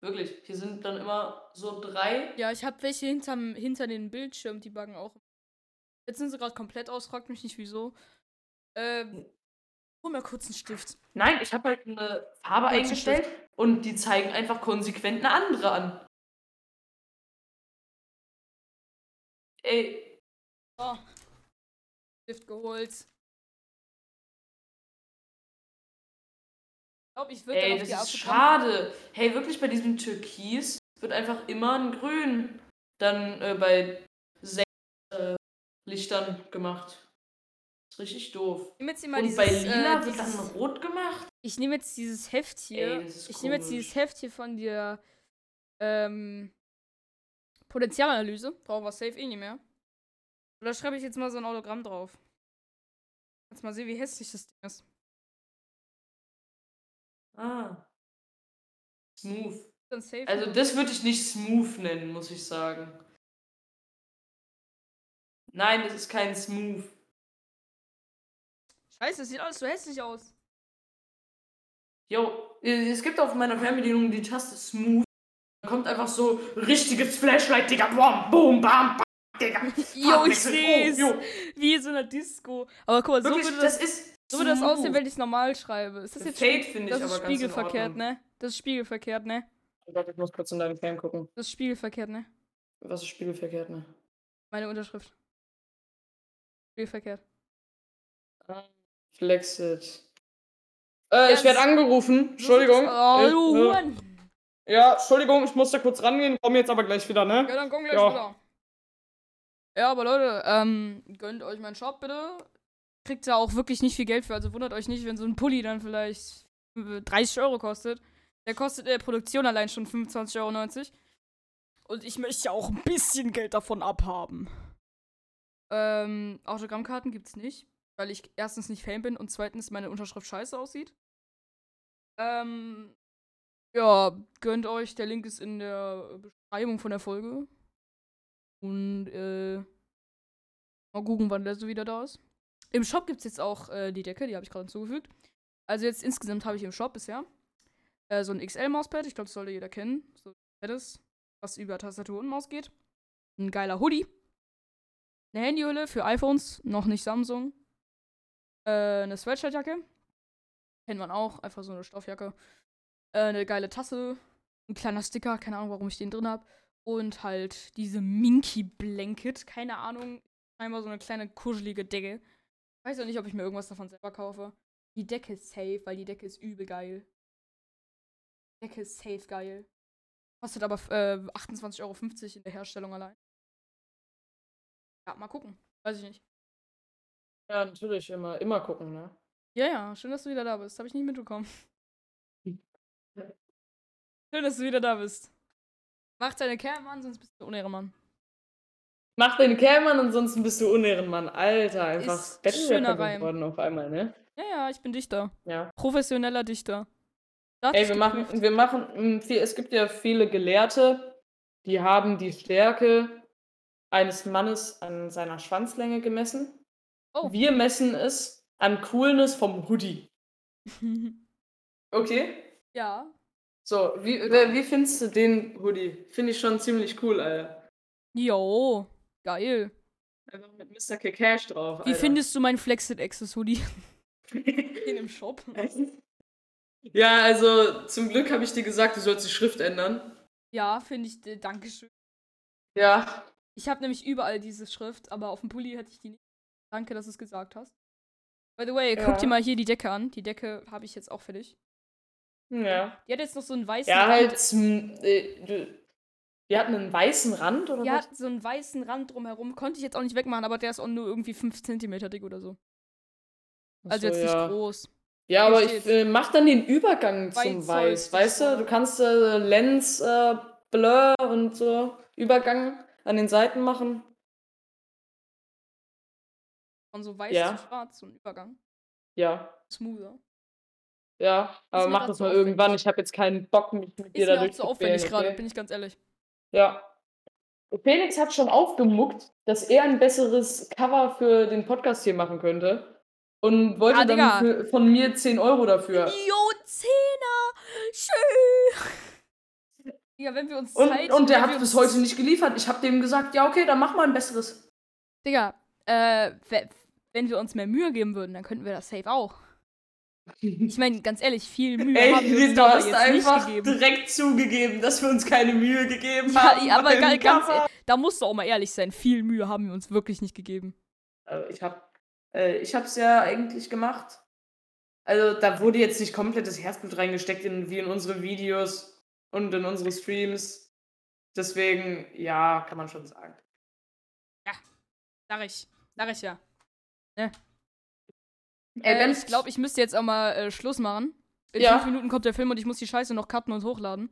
S2: Wirklich, hier sind dann immer so drei.
S1: Ja, ich habe welche hinterm, hinter den Bildschirm, die buggen auch. Jetzt sind sie gerade komplett aus, fragt mich nicht wieso. Ähm, hol mal kurz einen Stift.
S2: Nein, ich habe halt eine Farbe
S1: Ja,
S2: eingestellt und die zeigen einfach konsequent eine andere an. Ey,
S1: Oh. Stift geholt. Ich glaube, ich würde dann
S2: ey
S1: auf
S2: das
S1: die
S2: ist
S1: Arzt
S2: schade. Hey, wirklich bei diesem Türkis wird einfach immer ein Grün dann äh, bei sechs äh, Lichtern gemacht. Ist richtig doof.
S1: Ich nehme jetzt hier mal
S2: Und
S1: dieses,
S2: bei Lila
S1: äh,
S2: wird dann
S1: dieses,
S2: rot gemacht.
S1: Ich nehme jetzt dieses Heft hier.
S2: Ey, das ist
S1: ich nehme jetzt
S2: komisch.
S1: dieses Heft hier von der ähm, Potenzialanalyse. Brauchen wir safe eh nicht mehr. Und da schreibe ich jetzt mal so ein Autogramm drauf. Jetzt mal sehen, wie hässlich das Ding ist.
S2: Ah. Smooth.
S1: Dann safe.
S2: Also das würde ich nicht smooth nennen, muss ich sagen. Nein, das ist kein smooth.
S1: Scheiße, das sieht alles so hässlich aus.
S2: Jo, äh, es gibt auf meiner Fernbedienung die Taste smooth. Da kommt einfach so richtiges Flashlight, Digga. Boom, boom, bam, bam, Digga.
S1: Jo, ich
S2: Farbwechsel.
S1: seh's.
S2: Oh, jo.
S1: Wie in so einer Disco. Aber guck mal,
S2: Wirklich,
S1: so würde
S2: das,
S1: das,
S2: ist
S1: so würde das
S2: smooth.
S1: aussehen, wenn ich es normal schreibe. Ist das jetzt
S2: Fade finde ich
S1: das
S2: aber
S1: ist
S2: ganz in
S1: spiegelverkehrt,
S2: Ordnung.
S1: ne? Das ist spiegelverkehrt, ne?
S2: Oh Gott, ich muss kurz in deinen Fern gucken.
S1: Das ist spiegelverkehrt, ne?
S2: Was ist spiegelverkehrt, ne?
S1: Meine Unterschrift. Spiegelverkehrt.
S2: Flexit. Äh,
S1: Ja,
S2: ich werde
S1: das-
S2: angerufen. Entschuldigung.
S1: Oh, du
S2: Ich, äh,
S1: Huren.
S2: Ja, Entschuldigung, ich muss da kurz rangehen, komme jetzt aber gleich wieder,
S1: Ja,
S2: ne?
S1: dann komm gleich
S2: Ja.
S1: wieder. Ja, aber Leute, ähm, gönnt euch meinen Shop bitte. Kriegt da auch wirklich nicht viel Geld für, also wundert euch nicht, wenn so ein Pulli dann vielleicht äh, 30 Euro kostet. Der kostet in der Produktion allein schon 25,90 Euro. Und ich möchte ja auch ein bisschen Geld davon abhaben. Ähm, Autogrammkarten gibt's nicht, weil ich erstens nicht Fan bin und zweitens meine Unterschrift scheiße aussieht. Ähm, ja, gönnt euch, der Link ist in der Beschreibung von der Folge. Und äh, mal gucken, wann der so wieder da ist. Im Shop gibt es jetzt auch äh, die Decke, die habe ich gerade hinzugefügt. Also jetzt insgesamt habe ich im Shop bisher äh, so ein XL-Mauspad, ich glaube, das sollte jeder kennen. So ein fettes, was über Tastatur und Maus geht. Ein geiler Hoodie. Eine Handyhülle für iPhones, noch nicht Samsung. Äh, eine Sweatshirtjacke. Kennt man auch, einfach so eine Stoffjacke. Äh, eine geile Tasse. Ein kleiner Sticker, keine Ahnung, warum ich den drin habe und halt diese Minky Blanket, keine Ahnung, scheinbar so eine kleine kuschelige Decke. Ich weiß auch nicht, ob ich mir irgendwas davon selber kaufe. Die Decke ist safe, weil die Decke ist übel geil. Die Decke ist safe geil. Kostet aber äh, 28,50 Euro in der Herstellung allein. Ja, mal gucken. Weiß ich nicht.
S2: Ja, natürlich, immer, immer gucken, ne?
S1: Ja, ja, schön, dass du wieder da bist. Habe ich nicht mitbekommen. Schön, dass du wieder da bist. Mach deine Cam an, sonst bist du unehre Mann.
S2: Mach den Kermann, ansonsten bist du Unehrenmann. Alter, einfach
S1: Ist
S2: Battle-Rapper
S1: schöner Reim.
S2: geworden auf einmal, ne?
S1: Ja, ja, ich bin Dichter.
S2: Ja.
S1: Professioneller Dichter. Da hat
S2: Ey,
S1: sich
S2: wir machen,
S1: geprüft.
S2: wir machen, mh, viel, es gibt ja viele Gelehrte, die haben die Stärke eines Mannes an seiner Schwanzlänge gemessen.
S1: Oh.
S2: Wir messen es an Coolness vom Hoodie. Okay?
S1: ja.
S2: So, wie, äh, wie findest du den Hoodie? Finde ich schon ziemlich cool, Alter.
S1: Jo. Geil.
S2: Einfach mit Mr. Kakash drauf.
S1: Wie findest du meinen Flexit Access Hoodie?
S2: du
S1: Den im Shop.
S2: Ja, also zum Glück habe ich dir gesagt, du sollst die Schrift ändern.
S1: Ja, finde ich, äh, Dankeschön.
S2: Ja.
S1: Ich habe nämlich überall diese Schrift, aber auf dem Pulli hätte ich die nicht. Danke, dass du es gesagt hast. By the way,
S2: Ja.
S1: guck dir mal hier die Decke an. Die Decke habe ich jetzt auch für dich.
S2: Ja.
S1: Die hat jetzt noch so einen weißen
S2: Ja,
S1: Rand.
S2: halt. zum- Äh, du, wir hatten einen weißen Rand oder
S1: Die
S2: was?
S1: hat so einen weißen Rand drumherum. Konnte ich jetzt auch nicht wegmachen, aber der ist auch nur irgendwie 5 cm dick oder so. Also
S2: Ach so,
S1: jetzt nicht
S2: ja.
S1: groß.
S2: Ja, aber
S1: steht's.
S2: ich äh, mach dann den Übergang
S1: Weißzeug,
S2: zum Weiß. Weißt
S1: ja.
S2: du, du kannst äh, Lens, äh, Blur und so Übergang an den Seiten machen.
S1: Von so weiß
S2: Ja.
S1: zu schwarz, so ein Übergang.
S2: Ja,
S1: smoother.
S2: ja. Aber
S1: mir
S2: mach
S1: grad
S2: das
S1: zu
S2: mal
S1: aufwendig.
S2: irgendwann. Ich habe jetzt keinen Bock, mich mit dir
S1: Ist
S2: da
S1: mir auch zu
S2: durchzuquälen,
S1: aufwendig gerade,
S2: okay?
S1: bin ich ganz ehrlich.
S2: Ja. Felix hat schon aufgemuckt, dass er ein besseres Cover für den Podcast hier machen könnte. Und wollte
S1: Ah, Digga.
S2: dann für, von mir 10 Euro dafür.
S1: Jo, Zehner! Schön! Digga, wenn wir uns Zeit.
S2: Und, und der
S1: wenn
S2: hat
S1: wir
S2: bis
S1: uns-
S2: heute nicht geliefert. Ich habe dem gesagt, ja, okay, dann mach mal ein besseres.
S1: Digga, äh, we- wenn wir uns mehr Mühe geben würden, dann könnten wir das safe auch. Ich meine, ganz ehrlich, viel Mühe haben wir uns
S2: Ey, du
S1: dabei
S2: hast
S1: jetzt
S2: einfach
S1: nicht gegeben.
S2: direkt zugegeben, dass wir uns keine Mühe gegeben haben.
S1: Ja, aber
S2: beim
S1: ga- ganz
S2: Cover.
S1: ehrlich, da musst du auch mal ehrlich sein. Viel Mühe haben wir uns wirklich nicht gegeben.
S2: Also ich habe äh, ich hab's ja eigentlich gemacht. Also da wurde jetzt nicht komplettes Herzblut reingesteckt in, wie in unsere Videos und in unsere Streams. Deswegen, ja, kann man schon sagen.
S1: Sag ich. Sag ich ja.
S2: Ey,
S1: Äh, ich glaube, ich müsste jetzt auch mal äh, Schluss machen. In
S2: Ja.
S1: fünf Minuten kommt der Film und ich muss die Scheiße noch cutten und hochladen.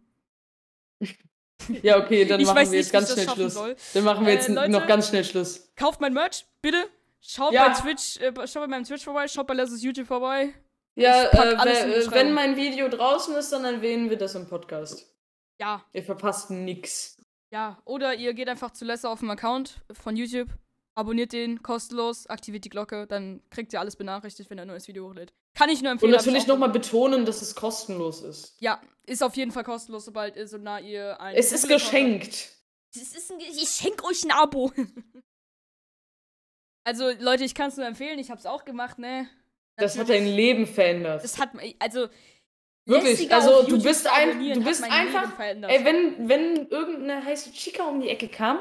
S2: ja, okay, dann
S1: ich
S2: machen
S1: weiß
S2: wir
S1: nicht, wie ich
S2: jetzt ganz
S1: das
S2: schnell
S1: schaffen
S2: Schluss.
S1: soll.
S2: Dann machen wir
S1: Äh,
S2: jetzt n-
S1: Leute.
S2: noch ganz schnell Schluss.
S1: Kauft mein Merch, bitte. Schaut
S2: Ja.
S1: bei Twitch, äh, schaut bei meinem Twitch vorbei, schaut bei Lasses YouTube vorbei.
S2: Ja,
S1: Ich pack alles in die
S2: äh,
S1: Beschreibung.
S2: wenn mein Video draußen ist, dann erwähnen wir das im Podcast.
S1: Ja,
S2: Ihr verpasst nix.
S1: ja. Oder ihr geht einfach zu Lasse auf dem Account von YouTube, abonniert den kostenlos, aktiviert die Glocke, dann kriegt ihr alles benachrichtigt, wenn er ein neues Video hochlädt. Kann ich nur
S2: Und
S1: empfehlen. hab ich
S2: natürlich
S1: auch-
S2: nochmal betonen, dass es kostenlos ist.
S1: Ja, ist auf jeden Fall kostenlos, sobald ihr so nah ihr ein.
S2: Es ist geschenkt.
S1: Es ist ein Ge- ich schenk euch ein Abo. also, Leute, ich kann es nur empfehlen, ich hab's auch gemacht, ne?
S2: Das hat
S1: Natürlich.
S2: dein Leben verändert.
S1: Das hat also
S2: Wirklich,
S1: lästiger
S2: also
S1: auf
S2: du
S1: YouTube
S2: bist
S1: zu
S2: ein-
S1: abonnieren
S2: du
S1: hat
S2: bist
S1: mein
S2: einfach-
S1: Leben verändert.
S2: Ey, wenn, wenn irgendeine heiße Chica um die Ecke kam,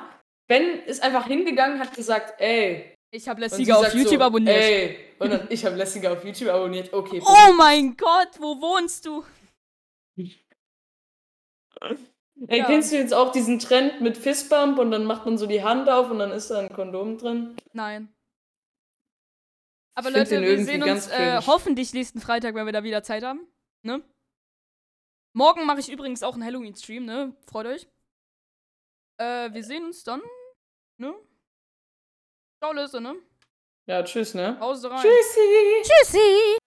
S2: Ben ist einfach hingegangen, hat gesagt, ey.
S1: ich habe
S2: Und
S1: lästiger
S2: sie
S1: auf
S2: sagt
S1: YouTube
S2: so,
S1: abonniert.
S2: Ey. Und dann, ich habe Lessiger auf YouTube abonniert. Okay.
S1: Oh mein Gott, wo wohnst du?
S2: ey,
S1: ja.
S2: kennst du jetzt auch diesen Trend mit Fistbump und dann macht man so die Hand auf und dann ist da ein Kondom drin?
S1: Nein. Aber
S2: Ich find
S1: Leute,
S2: den
S1: wir
S2: irgendwie
S1: sehen
S2: ganz
S1: uns äh,
S2: cringe.
S1: hoffentlich nächsten Freitag, wenn wir da wieder Zeit haben. Ne? Morgen mache ich übrigens auch einen Halloween-Stream, ne? Freut euch. Äh, wir sehen uns dann, ne? Ciao, Löse, ne?
S2: Ja, tschüss, ne?
S1: Hause rein.
S2: Tschüssi.
S1: Tschüssi.